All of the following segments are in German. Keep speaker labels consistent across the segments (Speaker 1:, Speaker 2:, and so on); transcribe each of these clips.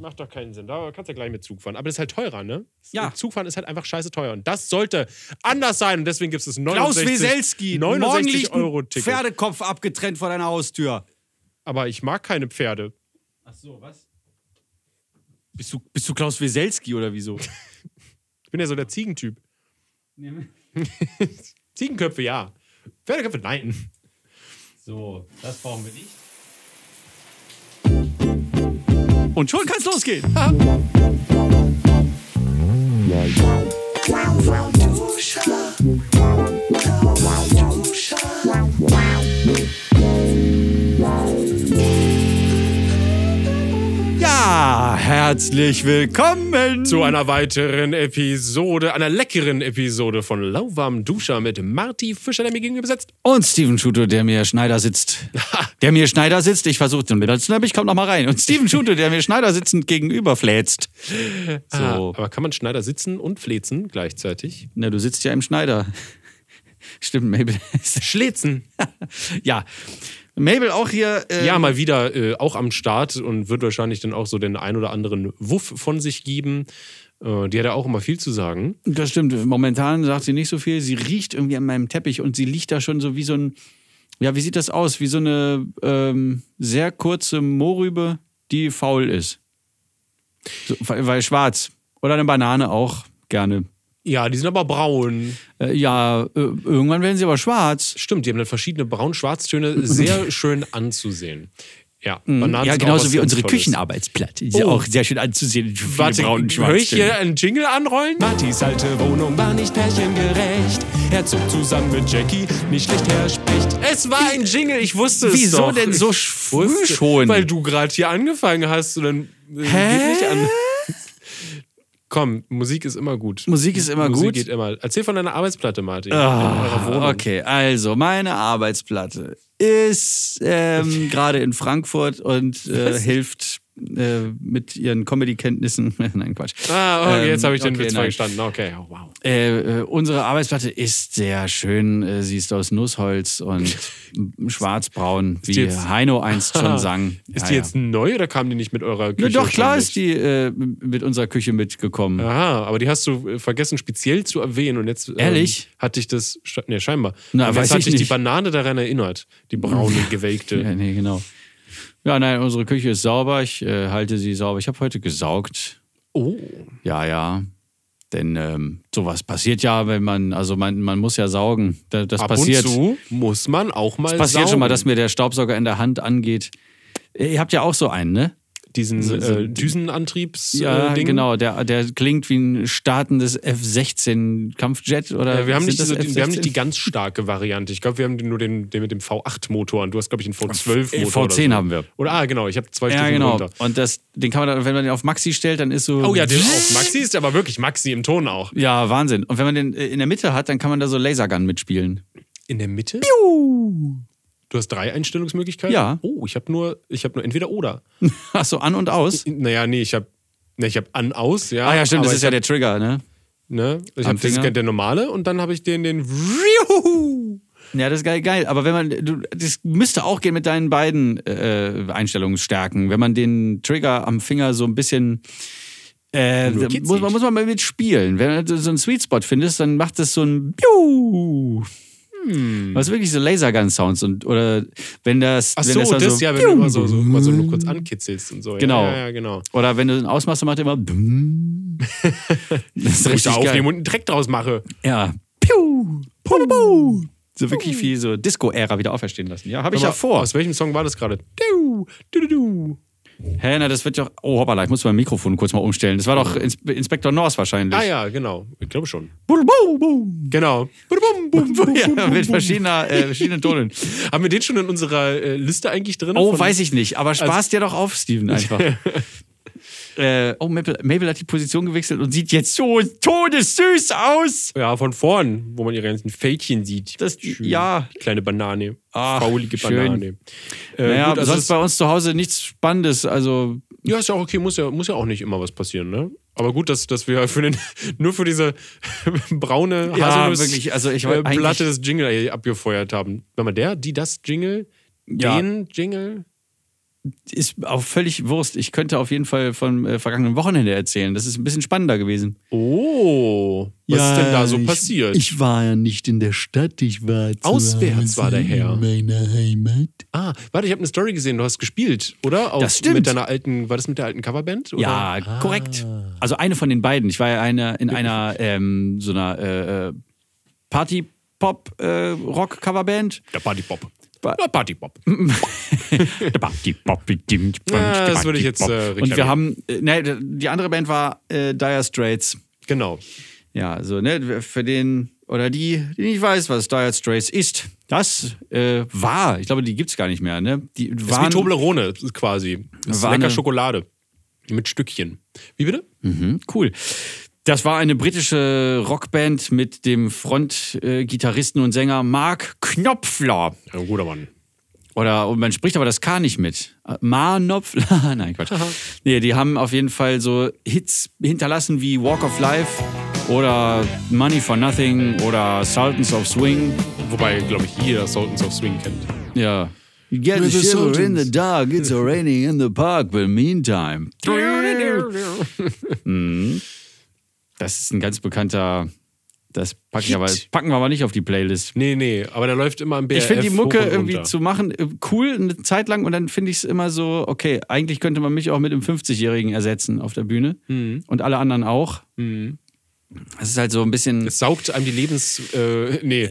Speaker 1: Macht doch keinen Sinn. Da kannst du ja gleich mit Zug fahren. Aber das ist halt teurer, ne?
Speaker 2: Ja.
Speaker 1: Zugfahren ist halt einfach scheiße teuer. Und das sollte anders sein. Und deswegen gibt es das
Speaker 2: Klaus
Speaker 1: 69,
Speaker 2: Weselski, morgen
Speaker 1: 69
Speaker 2: liegt
Speaker 1: Euro
Speaker 2: ein
Speaker 1: Ticket.
Speaker 2: Pferdekopf abgetrennt vor deiner Haustür.
Speaker 1: Aber ich mag keine Pferde.
Speaker 2: Ach so, was? Bist du, bist du Klaus Weselski oder wieso?
Speaker 1: Ich bin ja so der Ziegentyp. Ziegenköpfe, ja. Pferdeköpfe, nein.
Speaker 3: So, das brauchen wir nicht.
Speaker 2: Und schon kann's losgehen. Ja, herzlich willkommen
Speaker 1: Zu einer weiteren Episode, einer leckeren Episode von Lauwarm Duscher mit Marty Fischer, der mir gegenüber sitzt.
Speaker 2: Und Steven Schuto, der mir Schneider sitzt. Der mir Schneider sitzt, ich versuche den mitzunehmen, ich komme noch mal rein. Und Steven Schuto, der mir Schneider sitzend gegenüber fläzt. So,
Speaker 1: Oh. Aber kann man Schneider sitzen und flezen gleichzeitig?
Speaker 2: na, du sitzt ja im Schneider. Stimmt, Mabel.
Speaker 1: Schlezen.
Speaker 2: ja. Mabel auch hier. Äh,
Speaker 1: Ja, mal wieder äh, auch am Start und wird wahrscheinlich dann auch so den ein oder anderen Wuff von sich geben. Äh, die hat ja auch immer viel zu sagen.
Speaker 2: Das stimmt. Momentan sagt sie nicht so viel. Sie riecht irgendwie an meinem Teppich und sie liegt da schon so wie so ein. Ja, wie sieht das aus? Wie so eine ähm, sehr kurze Mohrrübe, die faul ist. So, weil weil schwarz. Oder eine Banane auch gerne.
Speaker 1: Ja, die sind aber braun.
Speaker 2: Äh, ja, äh, irgendwann werden sie aber schwarz.
Speaker 1: Stimmt, die haben dann verschiedene braun-schwarztöne sehr schön anzusehen. Mhm. Ja, Bananen
Speaker 2: ja,
Speaker 1: sind auch
Speaker 2: genauso
Speaker 1: was
Speaker 2: wie
Speaker 1: ganz
Speaker 2: unsere
Speaker 1: Tolles.
Speaker 2: Küchenarbeitsplätze. Die sind
Speaker 1: Oh.
Speaker 2: auch sehr schön anzusehen. Viele
Speaker 1: Warte,
Speaker 2: braun und schwarz.
Speaker 1: höre ich hier einen Jingle anrollen? Martis alte Wohnung war nicht pärchengerecht. Er zog zusammen mit Jackie, nicht schlecht her spricht. Es war ein Jingle, ich wusste es
Speaker 2: Wieso
Speaker 1: doch.
Speaker 2: denn so
Speaker 1: Ich
Speaker 2: früh
Speaker 1: wusste,
Speaker 2: schon?
Speaker 1: Weil du gerade hier angefangen hast und dann äh,
Speaker 2: Hä?
Speaker 1: geht nicht an. Komm, Musik ist immer gut.
Speaker 2: Musik ist immer
Speaker 1: Musik
Speaker 2: gut?
Speaker 1: geht immer. Erzähl von deiner Arbeitsplatte, Martin. in eurer Wohnung.
Speaker 2: Ah, okay, also meine Arbeitsplatte ist ähm, gerade in Frankfurt und äh, hilft äh, mit ihren Comedy-Kenntnissen. nein, Quatsch.
Speaker 1: Ah, okay, jetzt habe ich den
Speaker 2: ähm, okay,
Speaker 1: Witz
Speaker 2: nein.
Speaker 1: verstanden. Okay, oh, wow.
Speaker 2: Äh, äh, unsere Arbeitsplatte ist sehr schön. Äh, sie ist aus Nussholz und schwarzbraun,
Speaker 1: die
Speaker 2: wie
Speaker 1: jetzt-
Speaker 2: Heino einst schon sang.
Speaker 1: Ah. Ist
Speaker 2: Ja,
Speaker 1: die
Speaker 2: ja.
Speaker 1: jetzt neu oder kam die nicht mit eurer Küche?
Speaker 2: Ja, doch, klar
Speaker 1: schon
Speaker 2: ist die äh, mit unserer Küche mitgekommen.
Speaker 1: Aha, aber die hast du äh, vergessen speziell zu erwähnen und jetzt ähm,
Speaker 2: Ehrlich?
Speaker 1: hat dich das sch- nee, scheinbar.
Speaker 2: Na,
Speaker 1: und
Speaker 2: weiß
Speaker 1: jetzt hat
Speaker 2: ich
Speaker 1: dich die
Speaker 2: nicht.
Speaker 1: Banane daran erinnert, die braune gewelkte.
Speaker 2: Ja, nee, genau. Ja, nein, unsere Küche ist sauber. Ich äh, halte sie sauber. Ich habe heute gesaugt.
Speaker 1: Oh,
Speaker 2: Ja, ja. Denn ähm, sowas passiert ja, wenn man, also man, man muss ja saugen. Da- Das
Speaker 1: ab
Speaker 2: passiert.
Speaker 1: und zu muss man auch mal
Speaker 2: das passiert
Speaker 1: saugen.
Speaker 2: schon mal, dass mir der Staubsauger in der Hand angeht. Äh, Ihr habt ja auch so einen, ne?
Speaker 1: diesen
Speaker 2: so- so-
Speaker 1: äh, Düsenantriebs
Speaker 2: Ja,
Speaker 1: äh, Ding.
Speaker 2: genau. Der, der klingt wie ein startendes F-16-Kampfjet oder
Speaker 1: Äh, wir, haben
Speaker 2: sind
Speaker 1: nicht
Speaker 2: das
Speaker 1: diese, wir haben
Speaker 2: F-16?
Speaker 1: nicht die ganz starke Variante. Ich glaube, wir haben den- nur den, den mit dem V8-Motor und du hast, glaube ich, den
Speaker 2: Äh,
Speaker 1: V12-Motor.
Speaker 2: V10
Speaker 1: oder so.
Speaker 2: haben wir.
Speaker 1: Oder, ah, genau, ich habe zwei
Speaker 2: Ja,
Speaker 1: Stufen
Speaker 2: genau.
Speaker 1: runter.
Speaker 2: Und das, den kann man dann, wenn man den auf Maxi stellt, dann ist so.
Speaker 1: Oh ja, der auch. Maxi ist aber wirklich Maxi im Ton auch.
Speaker 2: Ja, Wahnsinn. Und wenn man den äh, in der Mitte hat, dann kann man da so Lasergun mitspielen.
Speaker 1: In der Mitte? Du hast drei Einstellungsmöglichkeiten?
Speaker 2: Ja.
Speaker 1: Oh, ich habe nur, ich habe nur entweder oder.
Speaker 2: Ach so, an und aus?
Speaker 1: Naja, nee, ich habe ne, ich habe an aus, ja.
Speaker 2: Ah ja, stimmt,
Speaker 1: aber
Speaker 2: das ist
Speaker 1: ich
Speaker 2: ja
Speaker 1: hab,
Speaker 2: der Trigger, ne?
Speaker 1: ne, ich
Speaker 2: am
Speaker 1: habe das
Speaker 2: Finger.
Speaker 1: der normale und dann habe ich den den Riuhuhu.
Speaker 2: Ja, das ist geil, geil. Aber wenn man, du, das müsste auch gehen mit deinen beiden äh, Einstellungsstärken. Wenn man den Trigger am Finger so ein bisschen. Äh,
Speaker 1: Nur
Speaker 2: da
Speaker 1: kitzelt.
Speaker 2: muss, man, muss man mal mit spielen. Wenn du so einen Sweet Spot findest, dann macht das so ein Piu. Was wirklich so Lasergun-Sounds und oder wenn
Speaker 1: Hm.
Speaker 2: das.
Speaker 1: Ach
Speaker 2: wenn
Speaker 1: so, das,
Speaker 2: dann so
Speaker 1: ja, wenn du immer so, so mal so nur kurz ankitzelst und so. Ja,
Speaker 2: Genau.
Speaker 1: Ja, ja, genau.
Speaker 2: Oder wenn du den ausmachst, dann macht er immer. Dumm. das ist
Speaker 1: Wo ich da
Speaker 2: richtig
Speaker 1: aufnehme
Speaker 2: geil.
Speaker 1: und einen Dreck draus mache.
Speaker 2: Ja. Piu. Piu. Piu. So wirklich
Speaker 1: Hm.
Speaker 2: viel so Disco-Ära wieder auferstehen lassen. Ja, habe ich
Speaker 1: Sag mal,
Speaker 2: ja vor.
Speaker 1: Aus welchem Song war das gerade? Du, du, du, du.
Speaker 2: Hä, na, das wird doch. Oh, hoppala, ich muss mein Mikrofon kurz mal umstellen. Das war doch Ins Inspektor Norse wahrscheinlich.
Speaker 1: Ah ja, genau. Ich glaube schon.
Speaker 2: Bum, bum, bum.
Speaker 1: Genau. Bum, bum, bum,
Speaker 2: Ja,
Speaker 1: bum, bum,
Speaker 2: mit
Speaker 1: bum.
Speaker 2: verschiedener, äh, verschiedenen Tonen.
Speaker 1: Haben wir den schon in unserer äh, Liste eigentlich drin?
Speaker 2: Oh,
Speaker 1: Von- Also-
Speaker 2: weiß ich nicht, aber spaß dir doch auf, Steven, einfach. äh, oh, Mabel, Mabel hat die Position gewechselt und sieht jetzt so todessüß aus.
Speaker 1: Ja, von vorn, wo man ihre ganzen Fältchen sieht.
Speaker 2: Das- ja.
Speaker 1: Die kleine Banane.
Speaker 2: Ach,
Speaker 1: faulige
Speaker 2: schön.
Speaker 1: Banane. Äh,
Speaker 2: naja,
Speaker 1: gut, also
Speaker 2: sonst
Speaker 1: das,
Speaker 2: bei uns zu Hause nichts Spannendes. Also,
Speaker 1: ja, ist ja auch okay, muss ja, muss ja auch nicht immer was passieren, ne? Aber gut, dass, dass wir für den, nur für diese braune
Speaker 2: Ja,
Speaker 1: Haselnuss-
Speaker 2: wirklich, also ich-
Speaker 1: äh,
Speaker 2: eigentlich-
Speaker 1: Platte des Jingle hier abgefeuert haben. Wenn man der, die das Jingle,
Speaker 2: Ja.
Speaker 1: den Jingle,
Speaker 2: ist auch völlig Wurst. Ich könnte auf jeden Fall vom äh, vergangenen Wochenende erzählen. Das ist ein bisschen spannender gewesen.
Speaker 1: Oh, was ist denn da so passiert?
Speaker 2: Ich war ja nicht in der Stadt, ich war zu
Speaker 1: Auswärts war der Herr.
Speaker 2: in meiner Heimat.
Speaker 1: ah, warte, ich habe eine Story gesehen, du hast gespielt, oder? Auf,
Speaker 2: Das stimmt.
Speaker 1: Mit deiner alten, war das mit der alten Coverband? Oder?
Speaker 2: Ja, korrekt. Also eine von den beiden. Ich war ja eine, in einer ähm, so einer äh, äh, Party-Pop-Rock-Coverband.
Speaker 1: Der Partypop.
Speaker 2: Ba-
Speaker 1: Ja, Partypop. Ja,
Speaker 2: Ah, das
Speaker 1: das würde ich jetzt, äh,
Speaker 2: Und wir
Speaker 1: reklamieren.
Speaker 2: haben, äh, ne, die andere Band war äh, Dire Straits.
Speaker 1: Genau.
Speaker 2: Ja, so, ne, für den oder die, die nicht weiß, was Dire Straits ist, das äh, war, ich glaube, die gibt's gar nicht mehr, ne? Die
Speaker 1: Das ist wie
Speaker 2: waren,
Speaker 1: Toblerone quasi. Das ist
Speaker 2: Waren-
Speaker 1: lecker Schokolade. Mit Stückchen. Wie bitte?
Speaker 2: Mhm, cool. Das war eine britische Rockband mit dem Frontgitarristen äh, Gitarristen und Sänger Mark Knopfler.
Speaker 1: Ja, ein guter Mann.
Speaker 2: Oder und man spricht aber das K nicht mit. Marnopfler. Nein, Quatsch. Nee, die haben auf jeden Fall so Hits hinterlassen wie Walk of Life oder Money for Nothing oder Sultans of Swing.
Speaker 1: Wobei, glaube ich, jeder Sultans of Swing kennt.
Speaker 2: Ja. You get
Speaker 1: With the Sultans.
Speaker 2: dark, it's raining in the park, but meantime. Das ist ein ganz bekannter. Das pack ich
Speaker 1: Hit.
Speaker 2: aber, packen wir aber nicht auf die Playlist.
Speaker 1: Nee, nee, aber der läuft immer im BRF
Speaker 2: Ich finde die Mucke
Speaker 1: hoch und
Speaker 2: irgendwie
Speaker 1: runter.
Speaker 2: zu machen äh, cool eine Zeit lang und dann finde ich es immer so, okay, eigentlich könnte man mich auch mit einem 50-Jährigen ersetzen auf der Bühne und alle anderen auch. Mhm. Das ist halt so ein bisschen.
Speaker 1: Es saugt einem die Lebens... Äh, nee,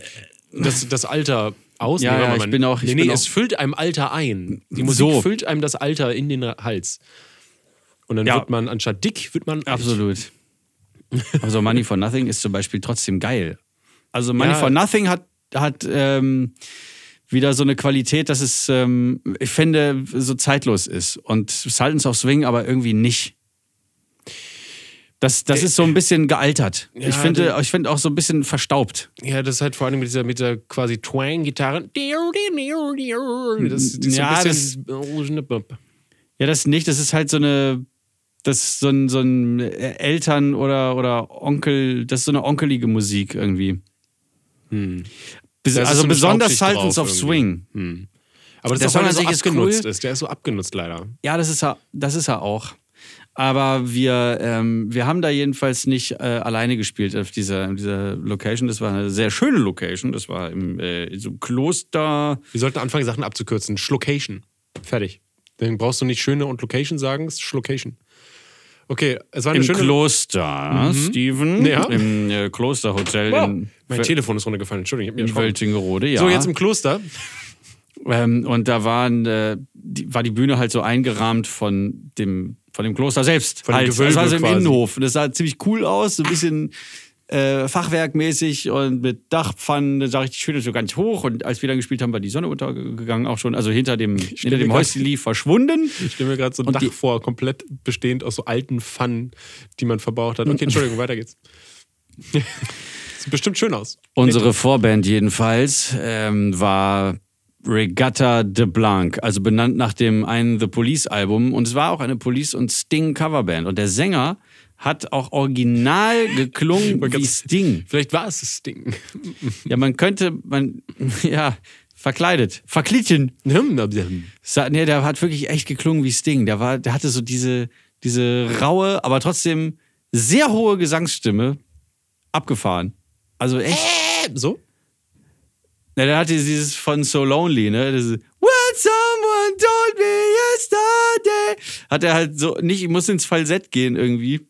Speaker 1: das, das Alter aus.
Speaker 2: Ja,
Speaker 1: nee, warte
Speaker 2: ja,
Speaker 1: mal,
Speaker 2: ich
Speaker 1: Mann.
Speaker 2: bin auch- ich
Speaker 1: nee, nee,
Speaker 2: bin
Speaker 1: es
Speaker 2: auch-
Speaker 1: füllt einem Alter ein. Die Musik
Speaker 2: So.
Speaker 1: füllt einem das Alter in den Hals. Und dann
Speaker 2: Ja.
Speaker 1: wird man, anstatt dick, wird man...
Speaker 2: Absolut. Aber so Also Money for Nothing ist zum Beispiel trotzdem geil. Also Money
Speaker 1: Ja.
Speaker 2: for Nothing hat, hat ähm, wieder so eine Qualität, dass es, ähm, ich finde, so zeitlos ist. Und Sultans of Swing aber irgendwie nicht. Das, das ist so ein bisschen gealtert.
Speaker 1: Äh, Ja,
Speaker 2: ich finde ich finde auch so ein bisschen verstaubt.
Speaker 1: Ja, das ist halt vor allem mit dieser, mit dieser quasi Twang-Gitarre. Das ist so
Speaker 2: Ja,
Speaker 1: ein bisschen...
Speaker 2: Ja, das nicht. Das ist halt so eine, das ist so ein, so ein äh, Eltern- oder, oder Onkel, das ist so eine onkelige Musik irgendwie. Bes-
Speaker 1: Hm. Da ist so
Speaker 2: Also
Speaker 1: ein
Speaker 2: besonders
Speaker 1: Staubschicht
Speaker 2: Sultans
Speaker 1: drauf
Speaker 2: of
Speaker 1: irgendwie. Hm.
Speaker 2: Swing.
Speaker 1: Aber das
Speaker 2: Der
Speaker 1: ist auch, weil er so
Speaker 2: Song an sich ist
Speaker 1: abgenutzt
Speaker 2: cool.
Speaker 1: ist. Der ist so abgenutzt leider.
Speaker 2: Ja, das ist er, das ist er auch. Aber wir, ähm, wir haben da jedenfalls nicht äh, alleine gespielt auf dieser, in dieser Location. Das war eine sehr schöne Location. Das war im äh, in so einem Kloster.
Speaker 1: Wir sollten anfangen, Sachen abzukürzen. Schlocation. Fertig. Dann brauchst du nicht schöne und Location sagen, es ist Schlocation. Okay, es war eine
Speaker 2: Im
Speaker 1: schöne. Mhm.
Speaker 2: Kloster, Steven.
Speaker 1: Ja.
Speaker 2: Im äh, Klosterhotel
Speaker 1: Wow,
Speaker 2: in
Speaker 1: mein Telefon ist runtergefallen. Entschuldigung, ich hab mir erschrocken.
Speaker 2: Wöltingerode. Ja.
Speaker 1: So, jetzt im Kloster.
Speaker 2: Ähm, und da waren, äh, die, war die Bühne halt so eingerahmt von dem, von dem Kloster selbst.
Speaker 1: Von dem
Speaker 2: halt.
Speaker 1: Gewölbe
Speaker 2: das war so im
Speaker 1: quasi.
Speaker 2: Innenhof. Und das sah ziemlich cool aus, so ein bisschen äh, fachwerkmäßig und mit Dachpfannen. Da sah richtig schön, so ganz hoch. Und als wir dann gespielt haben, war die Sonne untergegangen auch schon. Also hinter dem, hinter dem
Speaker 1: mir grad-
Speaker 2: Häuschen lief verschwunden.
Speaker 1: Ich stelle mir gerade so ein
Speaker 2: Und
Speaker 1: Dach
Speaker 2: die-
Speaker 1: vor, komplett bestehend aus so alten Pfannen, die man verbraucht hat. Okay, Entschuldigung, weiter geht's. Sieht bestimmt schön aus.
Speaker 2: Unsere Vorband jedenfalls ähm, war Regatta de Blanc, also benannt nach dem einen The Police-Album. Und es war auch eine Police- und Sting-Coverband. Und der Sänger hat auch original geklungen
Speaker 1: wollte
Speaker 2: wie
Speaker 1: grad-
Speaker 2: Sting.
Speaker 1: Vielleicht war es das Ding.
Speaker 2: Ja, man könnte, man, ja, verkleidet, verklitten. Sa- Nee, der hat wirklich echt geklungen wie Sting. Der, war, der hatte so diese, diese raue, aber trotzdem sehr hohe Gesangsstimme abgefahren. Also echt.
Speaker 1: Äh, so?
Speaker 2: Na, der hatte dieses von So Lonely, ne? Das ist, What someone told me yesterday. Hat er halt so, nicht, ich muss ins Falsett gehen irgendwie,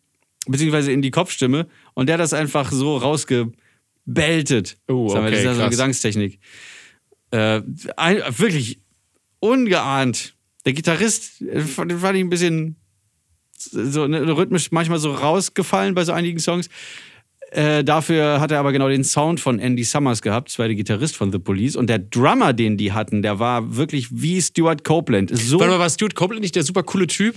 Speaker 2: beziehungsweise in die Kopfstimme. Und der hat das einfach so rausgebeltet.
Speaker 1: Oh,
Speaker 2: Sagen wir, das
Speaker 1: okay,
Speaker 2: ist ja so eine
Speaker 1: krass.
Speaker 2: Gesangstechnik. Äh, ein, wirklich ungeahnt. Der Gitarrist, äh, fand, den fand ich ein bisschen so ne, rhythmisch manchmal so rausgefallen bei so einigen Songs. Äh, dafür hat er aber genau den Sound von Andy Summers gehabt, das war der Gitarrist von The Police. Und der Drummer, den die hatten, der war wirklich wie Stuart Copeland. Ist So
Speaker 1: Warte mal, war Stuart Copeland nicht der super coole Typ?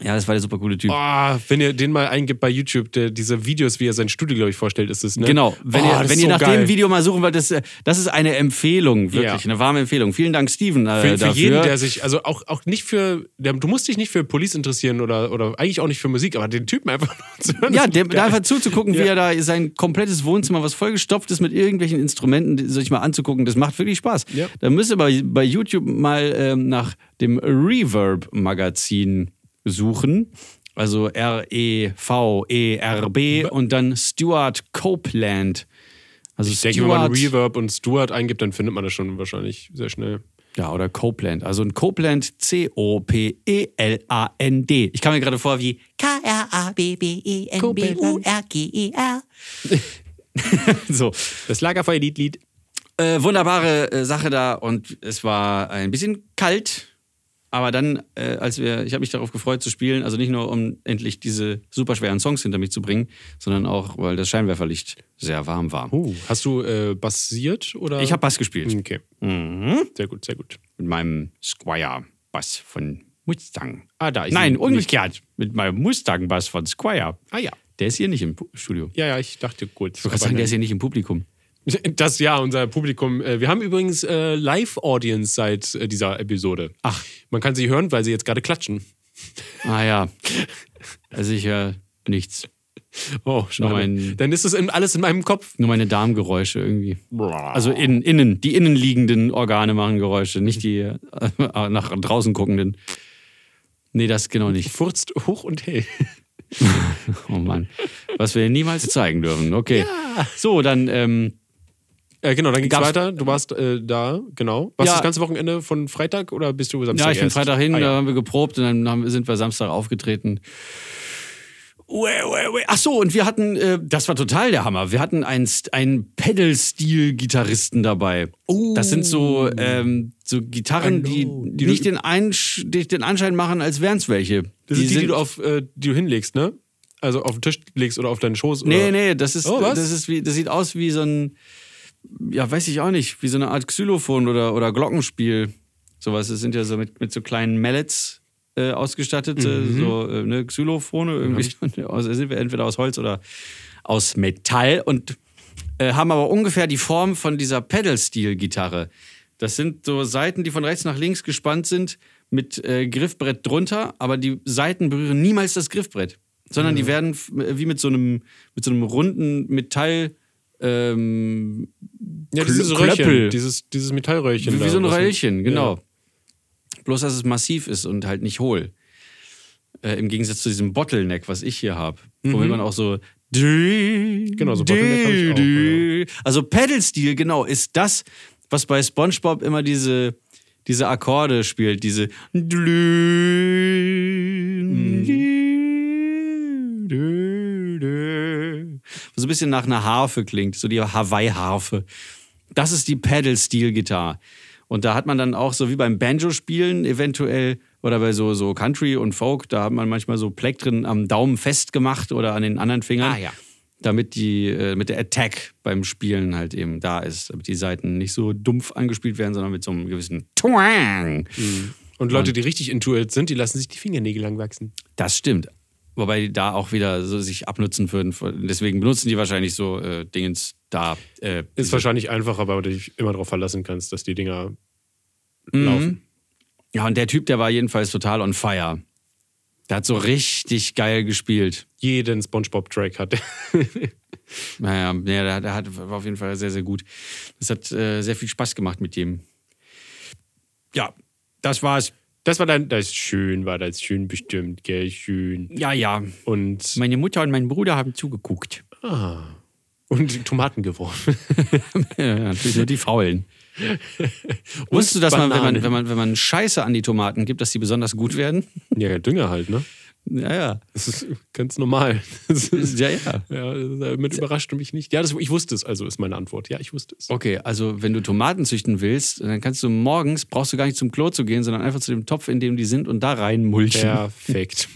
Speaker 2: Ja, das war der super coole Typ.
Speaker 1: Oh, wenn ihr den mal eingibt bei YouTube, der, diese Videos, wie er sein Studio, glaube ich, vorstellt, ist es, ne?
Speaker 2: Genau. Wenn
Speaker 1: Oh, das
Speaker 2: ihr,
Speaker 1: ist
Speaker 2: wenn
Speaker 1: so
Speaker 2: ihr nach
Speaker 1: geil.
Speaker 2: dem Video mal suchen wollt, das, äh, das ist eine Empfehlung, wirklich,
Speaker 1: Ja.
Speaker 2: eine warme Empfehlung. Vielen Dank, Steven. Äh,
Speaker 1: Für, für
Speaker 2: dafür.
Speaker 1: jeden, der sich, also auch, auch nicht für, der, du musst dich nicht für Police interessieren oder, oder eigentlich auch nicht für Musik, aber den Typen einfach zu hören.
Speaker 2: ja,
Speaker 1: ist
Speaker 2: dem,
Speaker 1: geil.
Speaker 2: da einfach zuzugucken, wie
Speaker 1: Ja.
Speaker 2: er da sein komplettes Wohnzimmer, was vollgestopft ist mit irgendwelchen Instrumenten, die- sich mal anzugucken, das macht wirklich Spaß.
Speaker 1: Ja.
Speaker 2: Da müsst ihr bei, bei YouTube mal ähm, nach dem Reverb-Magazin suchen. Also R-E-V-E-R-B E und dann Stuart Copeland. Also
Speaker 1: Ich denke, wenn man Reverb und Stuart eingibt, dann findet man das schon wahrscheinlich sehr schnell.
Speaker 2: Ja, oder Copeland. Also ein Copeland, E C-O-P-E-L-A-N-D. Ich kam mir gerade vor wie
Speaker 4: K-R-A-B-B-E-N-B-U-R-G-E-R.
Speaker 2: so.
Speaker 1: Das Lagerfeuer-Lied-Lied.
Speaker 2: Äh, wunderbare äh, Sache da und es war ein bisschen kalt. Aber dann, äh, als wir, ich habe mich darauf gefreut zu spielen, also nicht nur, um endlich diese super schweren Songs hinter mich zu bringen, sondern auch, weil das Scheinwerferlicht sehr warm war.
Speaker 1: Uh, hast du äh, bassiert oder?
Speaker 2: Ich Mhm. habe Bass gespielt
Speaker 1: Okay. Sehr gut, sehr gut.
Speaker 2: mit meinem Squire-Bass von Mustang.
Speaker 1: Ah, da ist
Speaker 2: Nein,
Speaker 1: sie.
Speaker 2: umgekehrt. Mit meinem Mustang-Bass von Squire.
Speaker 1: Ah ja.
Speaker 2: Der ist hier nicht im Pu- Studio.
Speaker 1: Ja, ja, ich dachte ne, kurz.
Speaker 2: Ich wollte gerade sagen, der ist hier nicht im Publikum.
Speaker 1: Das ja, unser Publikum. äh, Wir haben übrigens äh, Live-Audience seit äh, dieser Episode.
Speaker 2: Ach.
Speaker 1: Man kann sie hören, weil sie jetzt gerade klatschen.
Speaker 2: Ah ja. Also ich höre nichts.
Speaker 1: Oh, schade.
Speaker 2: mein-
Speaker 1: Dann ist es in, alles in meinem Kopf.
Speaker 2: Nur meine Darmgeräusche irgendwie. Also in, innen, die innenliegenden Organe machen Geräusche, nicht die äh, nach draußen guckenden. Nee, das genau nicht.
Speaker 1: Furzt hoch und hell.
Speaker 2: Oh Mann. Was wir niemals zeigen dürfen. Okay. So, dann ähm,
Speaker 1: Äh, genau, dann geht's
Speaker 2: Gab's-
Speaker 1: weiter. Du warst äh, da, genau. Warst
Speaker 2: Ja.
Speaker 1: du das ganze Wochenende von Freitag oder bist du Samstag?
Speaker 2: Ja, ich bin
Speaker 1: erst?
Speaker 2: Freitag hin,
Speaker 1: Ah,
Speaker 2: da
Speaker 1: ja.
Speaker 2: haben wir geprobt und dann haben, sind wir Samstag aufgetreten. Ue, ue, ue. Ach so, und wir hatten, äh, das war total der Hammer. Wir hatten einen, St- einen Pedal-Steel-Gitarristen dabei. Das sind so,
Speaker 1: Oh.
Speaker 2: ähm, so Gitarren, die,
Speaker 1: Hallo.
Speaker 2: die nicht den, Einsch die den Anschein machen, als wären es welche.
Speaker 1: Das sind die, die
Speaker 2: sind-
Speaker 1: du auf, äh, die du hinlegst, ne? Also auf den Tisch legst oder auf deinen Schoß.
Speaker 2: Nee,
Speaker 1: oder?
Speaker 2: nee, das ist,
Speaker 1: Oh, was?
Speaker 2: das ist wie, das sieht aus wie so ein, ja, weiß ich auch nicht, wie so eine Art Xylophon oder, oder Glockenspiel. Sowas. Das sind ja so mit, mit so kleinen Mallets äh, ausgestattet, äh, so äh, ne, Xylophone irgendwie. Aus, sind wir entweder aus Holz oder aus Metall und äh, haben aber ungefähr die Form von dieser Pedal-Steel-Gitarre. Das sind so Seiten, die von rechts nach links gespannt sind, mit äh, Griffbrett drunter, aber die Seiten berühren niemals das Griffbrett, sondern die werden f- äh, wie mit so einem, mit so einem runden Metall. Ähm,
Speaker 1: Ja, dieses
Speaker 2: Klö- Klöppel.
Speaker 1: Röhrchen. Dieses, dieses Metallröhrchen.
Speaker 2: wie,
Speaker 1: da,
Speaker 2: wie so ein
Speaker 1: was-
Speaker 2: Röllchen, genau.
Speaker 1: Ja.
Speaker 2: Bloß, dass es massiv ist und halt nicht hohl. Äh, Im Gegensatz zu diesem Bottleneck, was ich hier habe. Womit man auch so. Mhm. Genau,
Speaker 1: so Bottleneck hab ich auch,
Speaker 2: Also Pedal-Stil, genau, ist das, was bei Spongebob immer diese, diese Akkorde spielt. Diese.
Speaker 1: Mhm.
Speaker 2: So ein bisschen nach einer Harfe klingt, so die Hawaii-Harfe. Das ist die Pedal-Steel-Gitarre. Und da hat man dann auch so wie beim Banjo-Spielen eventuell oder bei so, so Country und Folk, da hat man manchmal so Plektren am Daumen festgemacht oder an den anderen Fingern.
Speaker 1: Ah, ja.
Speaker 2: Damit die, äh, mit der Attack beim Spielen halt eben da ist, damit die Saiten nicht so dumpf angespielt werden, sondern mit so einem gewissen Twang.
Speaker 1: Und Leute, die richtig intuit sind, die lassen sich die Fingernägel lang wachsen.
Speaker 2: Das stimmt. Wobei die da auch wieder so sich abnutzen würden. Deswegen benutzen die wahrscheinlich so äh, Dingens da. Äh,
Speaker 1: Ist wahrscheinlich einfacher, weil du dich immer darauf verlassen kannst, dass die Dinger
Speaker 2: Mhm.
Speaker 1: laufen.
Speaker 2: ja, und der Typ, der war jedenfalls total on fire. Der hat so richtig geil gespielt.
Speaker 1: Jeden SpongeBob-Track hat.
Speaker 2: Naja, ja, der, der hat, war auf jeden Fall sehr, sehr gut. Das hat äh, sehr viel Spaß gemacht mit dem. Ja, das war's.
Speaker 1: Das war dann, das ist schön, war das schön bestimmt, gell, schön.
Speaker 2: Ja, ja.
Speaker 1: Und,
Speaker 2: Meine Mutter und mein Bruder haben zugeguckt.
Speaker 1: und die Tomaten geworfen.
Speaker 2: Ja, natürlich nur die Faulen. Wusstest du, dass man wenn, man,
Speaker 1: Bananen.
Speaker 2: wenn man, wenn man Scheiße an die Tomaten gibt, dass die besonders gut werden?
Speaker 1: ja, Dünger halt, ne?
Speaker 2: Ja, ja.
Speaker 1: Das ist ganz normal. Das ist,
Speaker 2: Ja, ja.
Speaker 1: ja, damit überraschte mich nicht. Ja, das, ich wusste es, also ist meine Antwort. Ja, ich wusste es.
Speaker 2: Okay, also wenn du Tomaten züchten willst, dann kannst du morgens, brauchst du gar nicht zum Klo zu gehen, sondern einfach zu dem Topf, in dem die sind und da reinmulchen.
Speaker 1: Perfekt.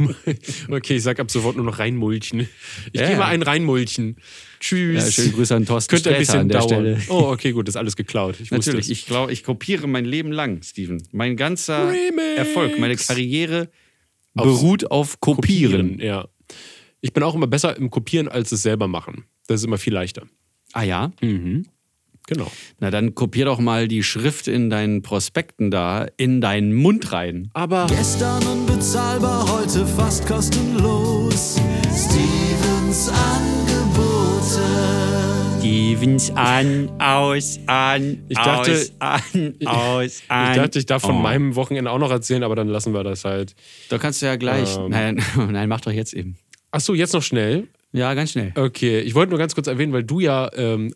Speaker 1: Okay, ich sag ab sofort nur noch reinmulchen. Ich
Speaker 2: Ja,
Speaker 1: gehe mal
Speaker 2: ja.
Speaker 1: ein reinmulchen. Tschüss.
Speaker 2: Ja, schönen Grüße an Thorsten
Speaker 1: Könnte ein
Speaker 2: Sträter
Speaker 1: bisschen
Speaker 2: an der
Speaker 1: dauern.
Speaker 2: Stelle.
Speaker 1: Oh, okay, gut, ist alles geklaut. Ich wusste
Speaker 2: Natürlich,
Speaker 1: es.
Speaker 2: ich glaube, ich kopiere mein Leben lang, Steven. Mein ganzer
Speaker 1: Remix.
Speaker 2: Erfolg, meine Karriere beruht auf Kopieren.
Speaker 1: Ja. Ich bin auch immer besser im Kopieren als es selber machen. Das ist immer viel leichter.
Speaker 2: Ah ja?
Speaker 1: Genau.
Speaker 2: Na dann kopier doch mal die Schrift in deinen Prospekten da in deinen Mund rein.
Speaker 1: Aber
Speaker 4: Gestern unbezahlbar, heute fast kostenlos. Stevens Angebote.
Speaker 2: Stevens an, aus, an,
Speaker 1: Ich dachte-
Speaker 2: an, aus, an.
Speaker 1: ich dachte, ich darf von
Speaker 2: Oh.
Speaker 1: meinem Wochenende auch noch erzählen, aber dann lassen wir das halt.
Speaker 2: Da kannst du ja gleich.
Speaker 1: Ähm.
Speaker 2: Nein, nein, mach doch jetzt eben.
Speaker 1: Achso, jetzt noch schnell.
Speaker 2: Ja, ganz schnell.
Speaker 1: Okay, ich wollte nur ganz kurz erwähnen, weil du ja ähm,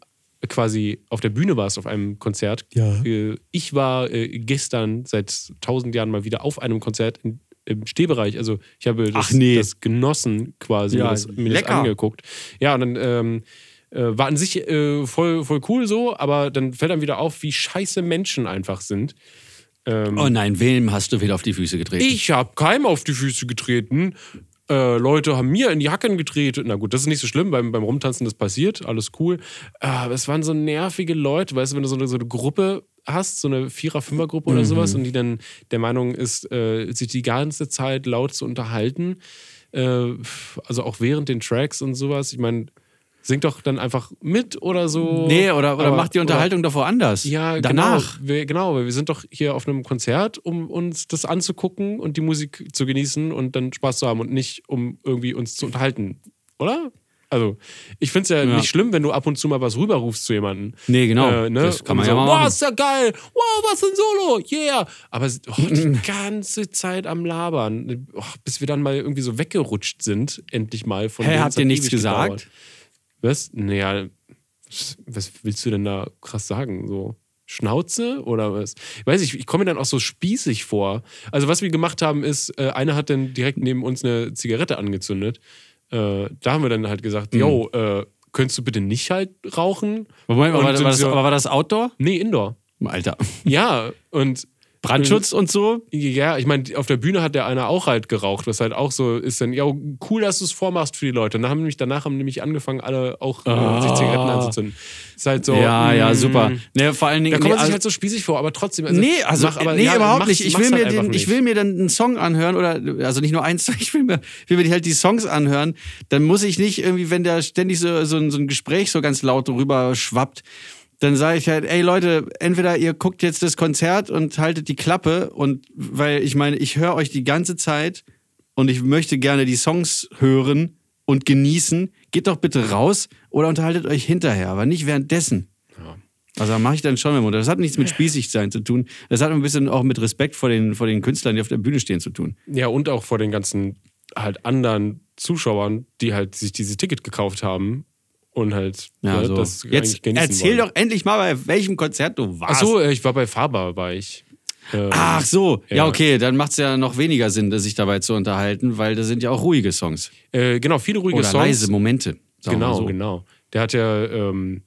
Speaker 1: quasi auf der Bühne warst auf einem Konzert.
Speaker 2: Ja.
Speaker 1: Äh, Ich war äh, gestern seit tausend Jahren mal wieder auf einem Konzert in, im Stehbereich. Also ich habe das,
Speaker 2: Ach nee.
Speaker 1: das genossen quasi,
Speaker 2: Ja,
Speaker 1: mir, das, mir das
Speaker 2: lecker.
Speaker 1: angeguckt. Ja, und dann ähm, äh, war an sich äh, voll, voll cool so, aber dann fällt einem wieder auf, wie scheiße Menschen einfach sind. Ähm,
Speaker 2: Oh nein, wem hast du wieder auf die Füße getreten?
Speaker 1: ich habe keinem auf die Füße getreten. Äh, Leute haben mir in die Hacken getreten. Na gut, das ist nicht so schlimm. Beim, beim Rumtanzen, das passiert. Alles cool. Äh, Aber es waren so nervige Leute. Weißt du, wenn du so eine, so eine Gruppe hast, so eine Vierer-, Fünfer-Gruppe
Speaker 2: Mhm.
Speaker 1: oder sowas, und die dann der Meinung ist, äh, sich die ganze Zeit laut zu unterhalten. Äh, also auch während den Tracks und sowas. Ich meine, sing doch dann einfach mit oder so.
Speaker 2: Nee, oder, oder
Speaker 1: Aber-
Speaker 2: mach die Unterhaltung davor anders.
Speaker 1: ja,
Speaker 2: Danach.
Speaker 1: Genau, wir, genau, weil wir sind doch hier auf einem Konzert, um uns das anzugucken und die Musik zu genießen und dann Spaß zu haben und nicht, um irgendwie uns zu unterhalten, oder? Also, ich finde es ja,
Speaker 2: Ja.
Speaker 1: nicht schlimm, wenn du ab und zu mal was rüberrufst zu Äh, jemandem.
Speaker 2: Nee, genau. Das kann man ja mal
Speaker 1: Wow,
Speaker 2: machen.
Speaker 1: ist ja geil. Wow, was ein Solo. Yeah. Aber oh, die ganze Zeit am Labern. Oh, bis wir dann mal irgendwie so weggerutscht sind, endlich mal. Von
Speaker 2: Hä,
Speaker 1: denen.
Speaker 2: habt
Speaker 1: Es hat
Speaker 2: ihr nichts
Speaker 1: ewig
Speaker 2: gesagt?
Speaker 1: gedauert. Was? Naja, was willst du denn da krass sagen? So Schnauze oder was? Ich weiß nicht, ich komme mir dann auch so spießig vor. Also was wir gemacht haben ist, äh, einer hat dann direkt neben uns eine Zigarette angezündet. Äh, da haben wir dann halt gesagt,
Speaker 2: Mhm.
Speaker 1: yo, äh, könntest du bitte nicht halt rauchen?
Speaker 2: Moment,
Speaker 1: Und
Speaker 2: aber war,
Speaker 1: sind
Speaker 2: das,
Speaker 1: so,
Speaker 2: aber war das Outdoor?
Speaker 1: nee, Indoor.
Speaker 2: Alter.
Speaker 1: Ja, und
Speaker 2: Brandschutz und so?
Speaker 1: ja, ich meine, auf der Bühne hat der einer auch halt geraucht, was halt auch so ist dann, ja, cool, dass du es vormachst für die Leute. Und dann haben nämlich, danach haben nämlich angefangen, alle auch äh, sich Zigaretten anzuzünden. Ist halt so.
Speaker 2: Ah. ja, ja,
Speaker 1: mm,
Speaker 2: super. Nee, vor allen Dingen.
Speaker 1: Da kommt man
Speaker 2: nee,
Speaker 1: sich
Speaker 2: also-
Speaker 1: halt so spießig vor, aber trotzdem. Also,
Speaker 2: nee, also
Speaker 1: mach aber-
Speaker 2: nee,
Speaker 1: ja,
Speaker 2: überhaupt
Speaker 1: mach's-
Speaker 2: nicht. Ich
Speaker 1: mach's
Speaker 2: will, mir
Speaker 1: halt einfach
Speaker 2: den, ich
Speaker 1: nicht.
Speaker 2: will mir dann einen Song anhören oder also nicht nur eins, ich will mir, will mir halt die Songs anhören. Dann muss ich nicht irgendwie, wenn da ständig so, so, ein, so ein Gespräch so ganz laut rüber schwappt, dann sage ich halt, ey Leute, entweder ihr guckt jetzt das Konzert und haltet die Klappe und weil ich meine, ich höre euch die ganze Zeit und ich möchte gerne die Songs hören und genießen. Geht doch bitte raus oder unterhaltet euch hinterher, aber nicht währenddessen. Also mache ich dann schon mit dem Mund. Das hat nichts mit spießig sein zu tun. Das hat ein bisschen auch mit Respekt vor den, vor den Künstlern, die auf der Bühne stehen, zu tun.
Speaker 1: Ja, und auch vor den ganzen halt anderen Zuschauern, die halt sich dieses Ticket gekauft haben und halt
Speaker 2: Ja,
Speaker 1: ne,
Speaker 2: so.
Speaker 1: das eigentlich
Speaker 2: Jetzt
Speaker 1: genießen
Speaker 2: erzähl
Speaker 1: wollen.
Speaker 2: doch Also- endlich mal, bei welchem Konzert du warst.
Speaker 1: Achso, ich war bei Faber, war ich. Ähm,
Speaker 2: Ach so. Ja,
Speaker 1: Ja.
Speaker 2: okay. Dann macht es ja noch weniger Sinn, sich dabei zu unterhalten, weil da sind ja auch ruhige Songs.
Speaker 1: Äh, genau, viele ruhige
Speaker 2: Oder
Speaker 1: Songs.
Speaker 2: leise Momente. sagen wir
Speaker 1: Genau,
Speaker 2: so.
Speaker 1: genau. Der hat ja, ähm,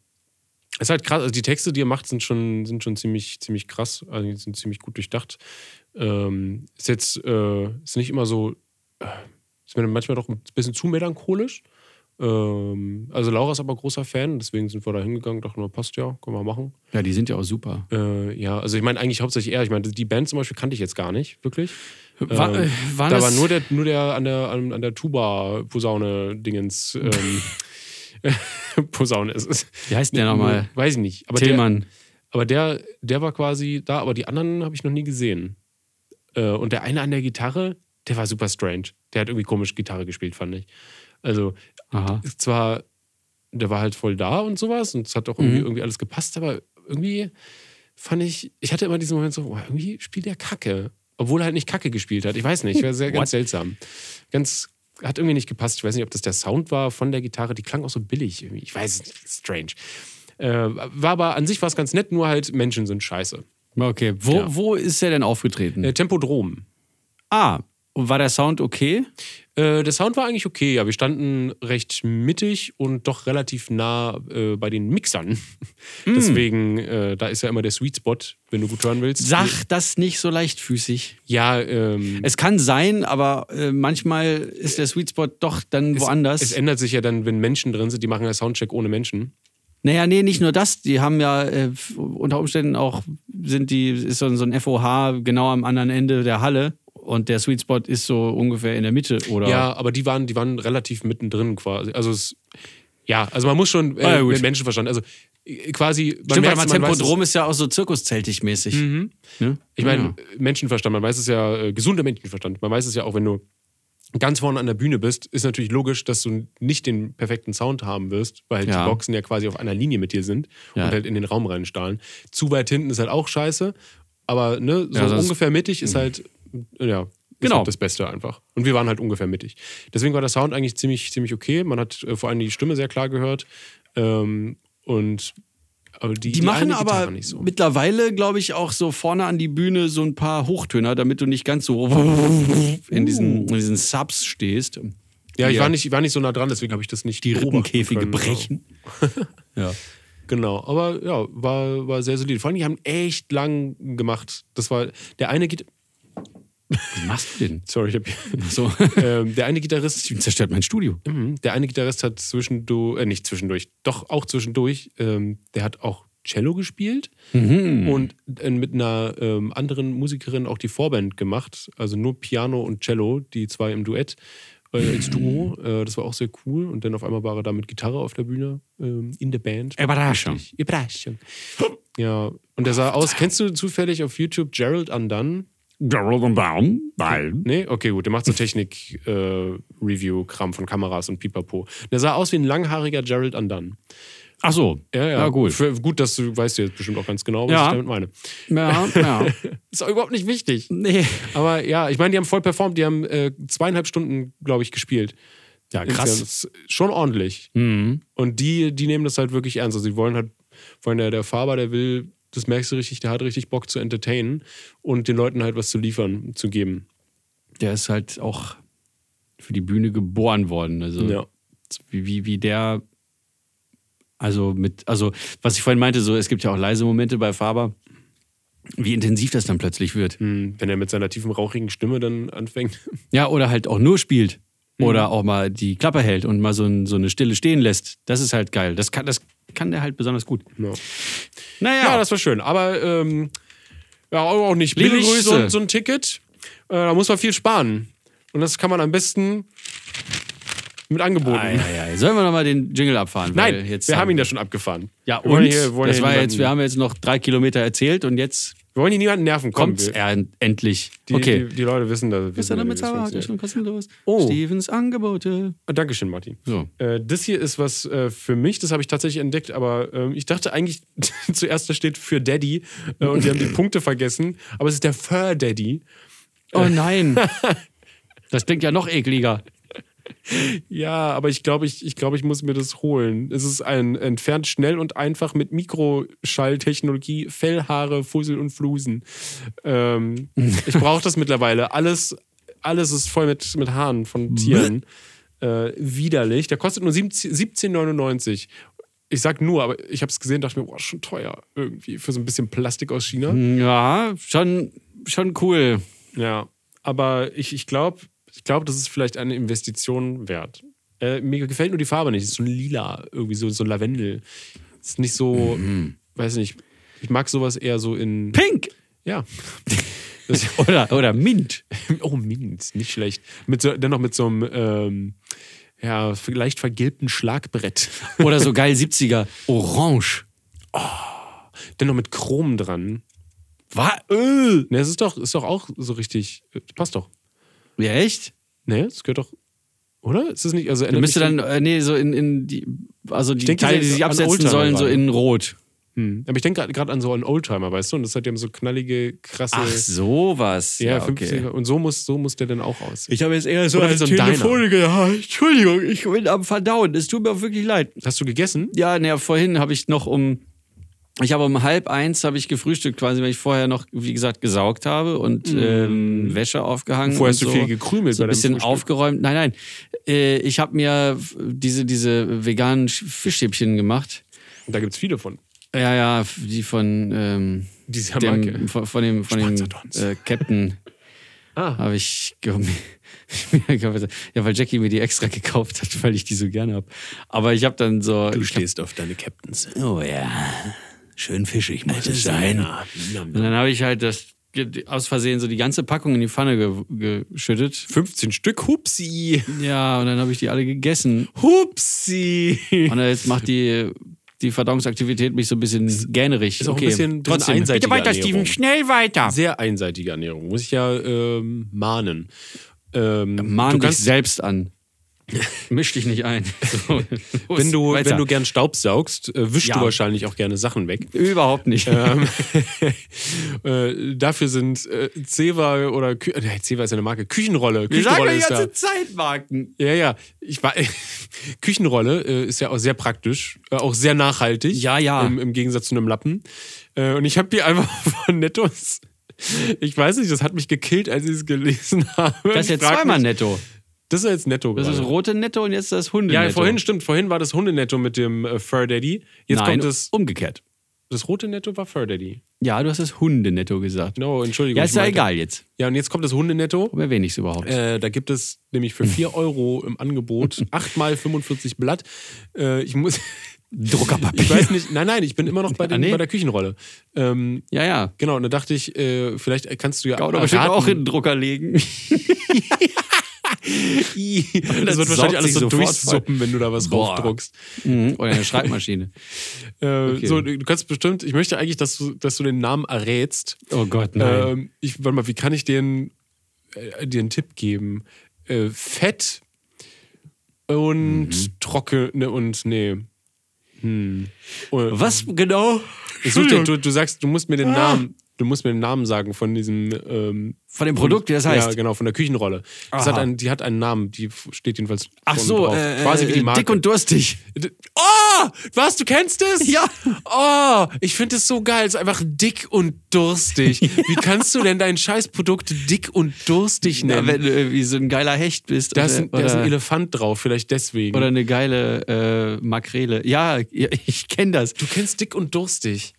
Speaker 1: ist halt krass, also die Texte, die er macht, sind schon, sind schon ziemlich, ziemlich krass, also die sind ziemlich gut durchdacht. Ähm, ist jetzt, äh, ist nicht immer so, äh, ist mir manchmal doch ein bisschen zu melancholisch. Ähm, also Laura ist aber großer Fan, deswegen sind wir da hingegangen, dachten wir, passt ja, können wir machen.
Speaker 2: Ja, die sind ja auch super.
Speaker 1: Äh, ja, also ich meine eigentlich hauptsächlich er, ich meine, die Band zum Beispiel kannte ich jetzt gar nicht, wirklich.
Speaker 2: War- äh, waren
Speaker 1: Ähm, da
Speaker 2: das-
Speaker 1: war nur der, nur der an der, an, an der Tuba-Posaune-Dingens ähm, Posaune ist es.
Speaker 2: Wie heißt der nochmal?
Speaker 1: Weiß ich nicht. Aber
Speaker 2: Tillmann.
Speaker 1: Der, aber der, der war quasi da, aber die anderen habe ich noch nie gesehen. Äh, und der eine an der Gitarre, der war super strange. Der hat irgendwie komisch Gitarre gespielt, fand ich. Also,
Speaker 2: Aha.
Speaker 1: ist zwar, der war halt voll da und sowas und es hat auch irgendwie, irgendwie alles gepasst, aber irgendwie fand ich, ich hatte immer diesen Moment so, boah, irgendwie spielt der Kacke. Obwohl er halt nicht Kacke gespielt hat. Ich weiß nicht, war sehr, ganz seltsam. Ganz, hat irgendwie nicht gepasst. Ich weiß nicht, ob das der Sound war von der Gitarre, die klang auch so billig irgendwie. Ich weiß es nicht, strange. Äh, war aber an sich war es ganz nett, nur halt Menschen sind scheiße.
Speaker 2: Okay. Wo,
Speaker 1: Ja.
Speaker 2: wo ist der denn aufgetreten?
Speaker 1: Äh, Tempodrom.
Speaker 2: ah, war der Sound okay?
Speaker 1: Äh, der Sound war eigentlich okay, ja. Wir standen recht mittig und doch relativ nah äh, bei den Mixern.
Speaker 2: Mm.
Speaker 1: Deswegen, äh, da ist ja immer der Sweet Spot, wenn du gut hören willst.
Speaker 2: Sag das nicht so leichtfüßig.
Speaker 1: Ja, ähm,
Speaker 2: Es kann sein, aber äh, manchmal ist der Sweet Spot doch dann woanders.
Speaker 1: es ändert sich ja dann, wenn Menschen drin sind, die machen ja Soundcheck ohne Menschen.
Speaker 2: naja, nee, nicht nur das. Die haben ja äh, f- unter Umständen auch, sind die, ist so, ein- so ein FOH genau am anderen Ende der Halle. Und der Sweet Spot ist so ungefähr in der Mitte, oder?
Speaker 1: Ja, aber die waren, die waren relativ mittendrin quasi. Also es, ja, also man muss schon äh,
Speaker 2: Ah, ja, gut.
Speaker 1: mit Menschenverstand, also äh, quasi man
Speaker 2: Stimmt, weil
Speaker 1: merkt's,
Speaker 2: man
Speaker 1: man weiß es- Mhm.
Speaker 2: Tempodrom ist ja auch so zirkuszeltig mäßig. Ne?
Speaker 1: Ich meine, Menschenverstand, man weiß es ja, äh, gesunder Menschenverstand, man weiß es ja auch, wenn du ganz vorne an der Bühne bist, ist natürlich logisch, dass du nicht den perfekten Sound haben wirst, weil
Speaker 2: Ja.
Speaker 1: die Boxen ja quasi auf einer Linie mit dir sind
Speaker 2: Ja.
Speaker 1: und halt in den Raum reinstahlen. Zu weit hinten ist halt auch scheiße, aber ne, so
Speaker 2: Ja, sonst-
Speaker 1: ungefähr mittig ist halt, ja. Ist
Speaker 2: Genau.
Speaker 1: halt das Beste einfach. Und wir waren halt ungefähr mittig. Deswegen war der Sound eigentlich ziemlich, ziemlich okay. Man hat äh, vor allem die Stimme sehr klar gehört. Ähm, und aber die,
Speaker 2: Die, machen
Speaker 1: eine Gitarre
Speaker 2: aber
Speaker 1: nicht so.
Speaker 2: mittlerweile, glaube ich, auch so vorne an die Bühne so ein paar Hochtöner, damit du nicht ganz so in diesen, in diesen Subs stehst.
Speaker 1: Ja, ich
Speaker 2: Ja.
Speaker 1: war nicht, ich war nicht so nah dran, deswegen habe ich das nicht
Speaker 2: Die
Speaker 1: beobachten
Speaker 2: Rippenkäfige
Speaker 1: können.
Speaker 2: brechen. ja.
Speaker 1: Genau, genau. aber ja, war, war sehr solide. Vor allem, die haben echt lang gemacht. Das war, der eine geht,
Speaker 2: Was machst du denn?
Speaker 1: sorry, ich hab,
Speaker 2: So.
Speaker 1: ähm, der eine Gitarrist,
Speaker 2: Zerstört mein Studio.
Speaker 1: mhm, der eine Gitarrist hat zwischendurch, äh, nicht zwischendurch, doch auch zwischendurch, ähm, der hat auch Cello gespielt und äh, mit einer ähm, anderen Musikerin auch die Vorband gemacht, also nur Piano und Cello, die zwei im Duett. Äh, als Duo, äh, das war auch sehr cool. Und dann auf einmal war er da mit Gitarre auf der Bühne, ähm, in der Band.
Speaker 2: Äh, Überraschung.
Speaker 1: Richtig. Überraschung. Ja, und der sah aus. Kennst du zufällig auf YouTube Gerald Undone?
Speaker 2: Gerald und Baum? Nein.
Speaker 1: Nee? Okay, gut. Der macht so Technik-Review-Kram von Kameras und Pipapo. Der sah aus wie ein langhaariger Gerald Undone.
Speaker 2: Ach so.
Speaker 1: Ja, ja.
Speaker 2: Ja, Ah, gut.
Speaker 1: Für, gut, dass du weißt du jetzt bestimmt auch ganz genau, was
Speaker 2: Ja.
Speaker 1: ich damit meine.
Speaker 2: Ja, ja.
Speaker 1: Ist auch überhaupt nicht wichtig.
Speaker 2: Nee.
Speaker 1: Aber ja, ich meine, die haben voll performt. Die haben äh, zweieinhalb Stunden, glaube ich, gespielt.
Speaker 2: Ja, krass. Mhm.
Speaker 1: Insgesamt. Das ist Schon ordentlich. Und die, die nehmen das halt wirklich ernst. Also, die wollen halt, vor allem der, der Faber, der will, das merkst du richtig, der hat richtig Bock zu entertainen und den Leuten halt was zu liefern, zu geben.
Speaker 2: Der ist halt auch für die Bühne geboren worden. Also
Speaker 1: Ja.
Speaker 2: wie, wie, wie der, also mit, also was ich vorhin meinte, so es gibt ja auch leise Momente bei Faber, wie intensiv das dann plötzlich wird.
Speaker 1: Hm, Wenn er mit seiner tiefen, rauchigen Stimme dann anfängt.
Speaker 2: Ja, oder halt auch nur spielt.
Speaker 1: Mhm.
Speaker 2: Oder auch mal die Klappe hält und mal so, ein, so eine Stille stehen lässt. Das ist halt geil. Das kann, das kann der halt besonders gut.
Speaker 1: Ja.
Speaker 2: Naja,
Speaker 1: Ja, das war schön. Aber ähm, ja, auch nicht
Speaker 2: Liebe
Speaker 1: billig,
Speaker 2: Grüße.
Speaker 1: so, ein- so ein Ticket. Äh, da muss man viel sparen. Und das kann man am besten mit Angeboten.
Speaker 2: ei, ei, ei. Sollen wir nochmal den Jingle abfahren? Weil
Speaker 1: Nein,
Speaker 2: jetzt
Speaker 1: wir haben ihn ja schon abgefahren.
Speaker 2: Ja,
Speaker 1: wir wollen
Speaker 2: und
Speaker 1: hier, wir wollen
Speaker 2: das
Speaker 1: hier
Speaker 2: war
Speaker 1: niemanden,
Speaker 2: jetzt, wir haben jetzt noch drei Kilometer erzählt und jetzt
Speaker 1: wir wollen hier niemanden nerven. Komm,
Speaker 2: kommt's
Speaker 1: wir,
Speaker 2: er endlich.
Speaker 1: die,
Speaker 2: okay.
Speaker 1: die, die Leute wissen das.
Speaker 2: Ist
Speaker 1: wissen,
Speaker 2: er
Speaker 1: wie
Speaker 2: damit
Speaker 1: das
Speaker 2: sauer? Hat er
Speaker 1: funktioniert.
Speaker 2: schon kostenlos?
Speaker 1: Oh.
Speaker 2: Stevens Angebote.
Speaker 1: Ah, Dankeschön, Martin.
Speaker 2: So.
Speaker 1: Äh, das hier ist was äh, für mich, das habe ich tatsächlich entdeckt, aber ähm, ich dachte eigentlich zuerst, da steht für Daddy äh, und die haben die Punkte vergessen, aber es ist der Fur Daddy.
Speaker 2: Oh nein. das klingt ja noch ekliger.
Speaker 1: Ja, aber ich glaube, ich, ich, glaube, ich muss mir das holen. Es ist ein entfernt schnell und einfach mit Mikroschalltechnologie, Fellhaare, Fussel und Flusen. Ähm, ich brauche das mittlerweile. Alles, alles ist voll mit, mit Haaren von Tieren. Äh, widerlich. Der kostet nur 17 17,99. Ich sag nur, aber ich habe es gesehen, dachte mir, boah, schon teuer irgendwie für so ein bisschen Plastik aus China.
Speaker 2: Ja, schon, schon cool.
Speaker 1: Ja, aber ich, ich glaube, ich glaub, das ist vielleicht eine Investition wert. Äh, mir gefällt nur die Farbe nicht. Es ist so ein lila, irgendwie so, so Lavendel. Es ist nicht so,
Speaker 2: Mhm.
Speaker 1: weiß nicht. Ich mag sowas eher so in.
Speaker 2: Pink
Speaker 1: Ja.
Speaker 2: oder, oder Mint.
Speaker 1: oh, Mint, nicht schlecht. Mit so, dennoch mit so einem ähm, ja, leicht vergilbten Schlagbrett.
Speaker 2: Oder so geil 70er. Orange.
Speaker 1: dennoch mit Chrom dran.
Speaker 2: War öh.
Speaker 1: Ne, es ist doch, ist doch auch so richtig. äh, Passt doch.
Speaker 2: Ja, echt?
Speaker 1: Ne, es gehört doch. Oder? Ist es nicht? Also
Speaker 2: Du
Speaker 1: erinnert
Speaker 2: müsste
Speaker 1: mich-
Speaker 2: dann, äh, nee, so in, in die, also die
Speaker 1: denke,
Speaker 2: Teile, die
Speaker 1: sie-
Speaker 2: sich
Speaker 1: an
Speaker 2: absetzen
Speaker 1: Oldtimer
Speaker 2: sollen, so
Speaker 1: gerade.
Speaker 2: in Rot. Mhm.
Speaker 1: Hm. Aber ich denke gerade an so einen Oldtimer, weißt du? Und das hat ja so knallige, krasse.
Speaker 2: Ach, sowas.
Speaker 1: ja,
Speaker 2: Ja,
Speaker 1: 50er.
Speaker 2: okay.
Speaker 1: Und so muss, so muss der dann auch aussehen.
Speaker 2: Ich habe jetzt eher halt so
Speaker 1: Oder wie so ein
Speaker 2: gedacht. Entschuldigung, ich bin am Verdauen. Es tut mir auch wirklich leid.
Speaker 1: Hast du gegessen?
Speaker 2: Ja, naja, vorhin habe ich noch um. Ich habe um halb eins habe ich gefrühstückt, quasi, weil ich vorher noch, wie gesagt, gesaugt habe und ähm, Wäsche aufgehangen.
Speaker 1: Mm. Vorher
Speaker 2: und
Speaker 1: hast du
Speaker 2: so,
Speaker 1: viel gekrümelt
Speaker 2: So
Speaker 1: bei
Speaker 2: ein
Speaker 1: deinem
Speaker 2: bisschen
Speaker 1: Frühstück.
Speaker 2: aufgeräumt. Nein, nein. Äh, ich habe mir f- diese, diese veganen Sch- Fischstäbchen gemacht.
Speaker 1: Da gibt es viele von.
Speaker 2: Ja, ja, f- die von ähm,
Speaker 1: Dieser Marke.
Speaker 2: dem, von, von dem, von dem
Speaker 1: Sponsert uns.
Speaker 2: äh, Captain
Speaker 1: Ah,
Speaker 2: habe ich ge- mir gekauft. ja, weil Jackie mir die extra gekauft hat, weil ich die so gerne habe. Aber ich habe dann so, ich hab
Speaker 1: stehst auf deine Captains.
Speaker 2: Oh ja, schön fischig muss es sein. Und dann habe ich halt das ge- aus Versehen so die ganze Packung in die Pfanne ge geschüttet.
Speaker 1: 15 Stück, hupsi.
Speaker 2: Ja, und dann habe ich die alle gegessen.
Speaker 1: Hupsi.
Speaker 2: Und jetzt macht die, die Verdauungsaktivität mich so ein bisschen gähnerig. Ist
Speaker 1: auch ein bisschen- bisschen einseitige
Speaker 2: Bitte weiter,
Speaker 1: Ernährung.
Speaker 2: Steven, schnell weiter.
Speaker 1: Sehr einseitige Ernährung, muss ich ja ähm, mahnen. Ähm,
Speaker 2: Mahn
Speaker 1: du
Speaker 2: dich
Speaker 1: kannst,
Speaker 2: selbst an. Misch dich nicht ein. So, los,
Speaker 1: wenn, du,
Speaker 2: weiter.
Speaker 1: wenn du gern Staub saugst, äh, wischst
Speaker 2: Ja.
Speaker 1: du wahrscheinlich auch gerne Sachen weg.
Speaker 2: Überhaupt nicht.
Speaker 1: ähm, äh, dafür sind äh, Zewa oder Kü äh, Zewa ist ja eine Marke. Küchenrolle.
Speaker 2: Wir sagen
Speaker 1: Küchenrolle
Speaker 2: die
Speaker 1: ist da.
Speaker 2: ganze Zeit Marken.
Speaker 1: Ja, ja. Ich war, Küchenrolle äh, ist ja auch sehr praktisch, äh, auch sehr nachhaltig.
Speaker 2: Ja, ja.
Speaker 1: Im, im Gegensatz zu einem Lappen. Äh, und ich habe die einfach von Nettos. Ich weiß nicht, das hat mich gekillt, als ich es gelesen habe.
Speaker 2: Das ist
Speaker 1: Ich
Speaker 2: jetzt
Speaker 1: frag
Speaker 2: zweimal
Speaker 1: mich-
Speaker 2: netto.
Speaker 1: Das ist jetzt netto.
Speaker 2: Das ist
Speaker 1: gerade.
Speaker 2: rote Netto und jetzt das Hunde
Speaker 1: ja,
Speaker 2: Netto.
Speaker 1: vorhin stimmt. Vorhin war das Hundenetto mit dem äh, Fur Daddy. Jetzt
Speaker 2: Nein,
Speaker 1: kommt das.
Speaker 2: umgekehrt.
Speaker 1: Das rote Netto war Fur Daddy.
Speaker 2: Ja, du hast das Hunde Netto gesagt.
Speaker 1: No, Entschuldigung.
Speaker 2: ja,
Speaker 1: ich
Speaker 2: ist ja
Speaker 1: meinte-
Speaker 2: egal jetzt.
Speaker 1: Ja, und jetzt kommt das Hundenetto.
Speaker 2: Warum erwähne ich es überhaupt?
Speaker 1: Äh, da gibt es nämlich für 4 Euro im Angebot 8 mal 45 Blatt. Äh, ich muss.
Speaker 2: Druckerpapier.
Speaker 1: Ich weiß nicht, nein, nein, ich bin immer noch bei, den,
Speaker 2: Ah, nee.
Speaker 1: bei der Küchenrolle. Ähm,
Speaker 2: ja, ja.
Speaker 1: genau, und da dachte ich, äh, vielleicht kannst du ja.
Speaker 2: Kann man doch bestimmt
Speaker 1: erraten-
Speaker 2: auch in den Drucker legen.
Speaker 1: Ih,
Speaker 2: Das
Speaker 1: das wird
Speaker 2: saugt
Speaker 1: wahrscheinlich alles
Speaker 2: sich
Speaker 1: so
Speaker 2: sofort
Speaker 1: durchsuppen, wenn du da was
Speaker 2: Boah.
Speaker 1: raufdruckst.
Speaker 2: Mhm, Oder in der Schreibmaschine.
Speaker 1: Äh, so, du kannst bestimmt, ich möchte eigentlich, dass du, dass du den Namen errätst.
Speaker 2: Oh Gott, nein.
Speaker 1: Ähm, ich, warte mal, wie kann ich dir einen, äh, dir einen Tipp geben? Äh, fett und
Speaker 2: Mhm.
Speaker 1: trocken, ne, und nee. Hm. Und-
Speaker 2: Hm. Was Ah. genau?
Speaker 1: Ich such dir, du, du sagst, du musst mir den Namen, du musst mir den Namen sagen von diesem ähm,
Speaker 2: Von dem Produkt, wie das heißt.
Speaker 1: Ja, genau, von der Küchenrolle. Das
Speaker 2: Aha.
Speaker 1: hat einen, die hat einen Namen, die f- steht jedenfalls
Speaker 2: Ach
Speaker 1: vorne
Speaker 2: so,
Speaker 1: drauf.
Speaker 2: äh,
Speaker 1: quasi wie die
Speaker 2: äh,
Speaker 1: Marke.
Speaker 2: dick und durstig.
Speaker 1: oh, was, du kennst es?
Speaker 2: Ja.
Speaker 1: Oh, ich finde es so geil, es ist einfach dick und durstig. Wie kannst du denn dein Scheißprodukt dick und durstig
Speaker 2: Ja,
Speaker 1: nennen?
Speaker 2: wenn du irgendwie so ein geiler Hecht bist.
Speaker 1: da, ist ein, da ist ein
Speaker 2: oder,
Speaker 1: Elefant drauf, vielleicht deswegen.
Speaker 2: oder eine geile äh, Makrele. Ja, ja, ich kenne das.
Speaker 1: du kennst dick und durstig.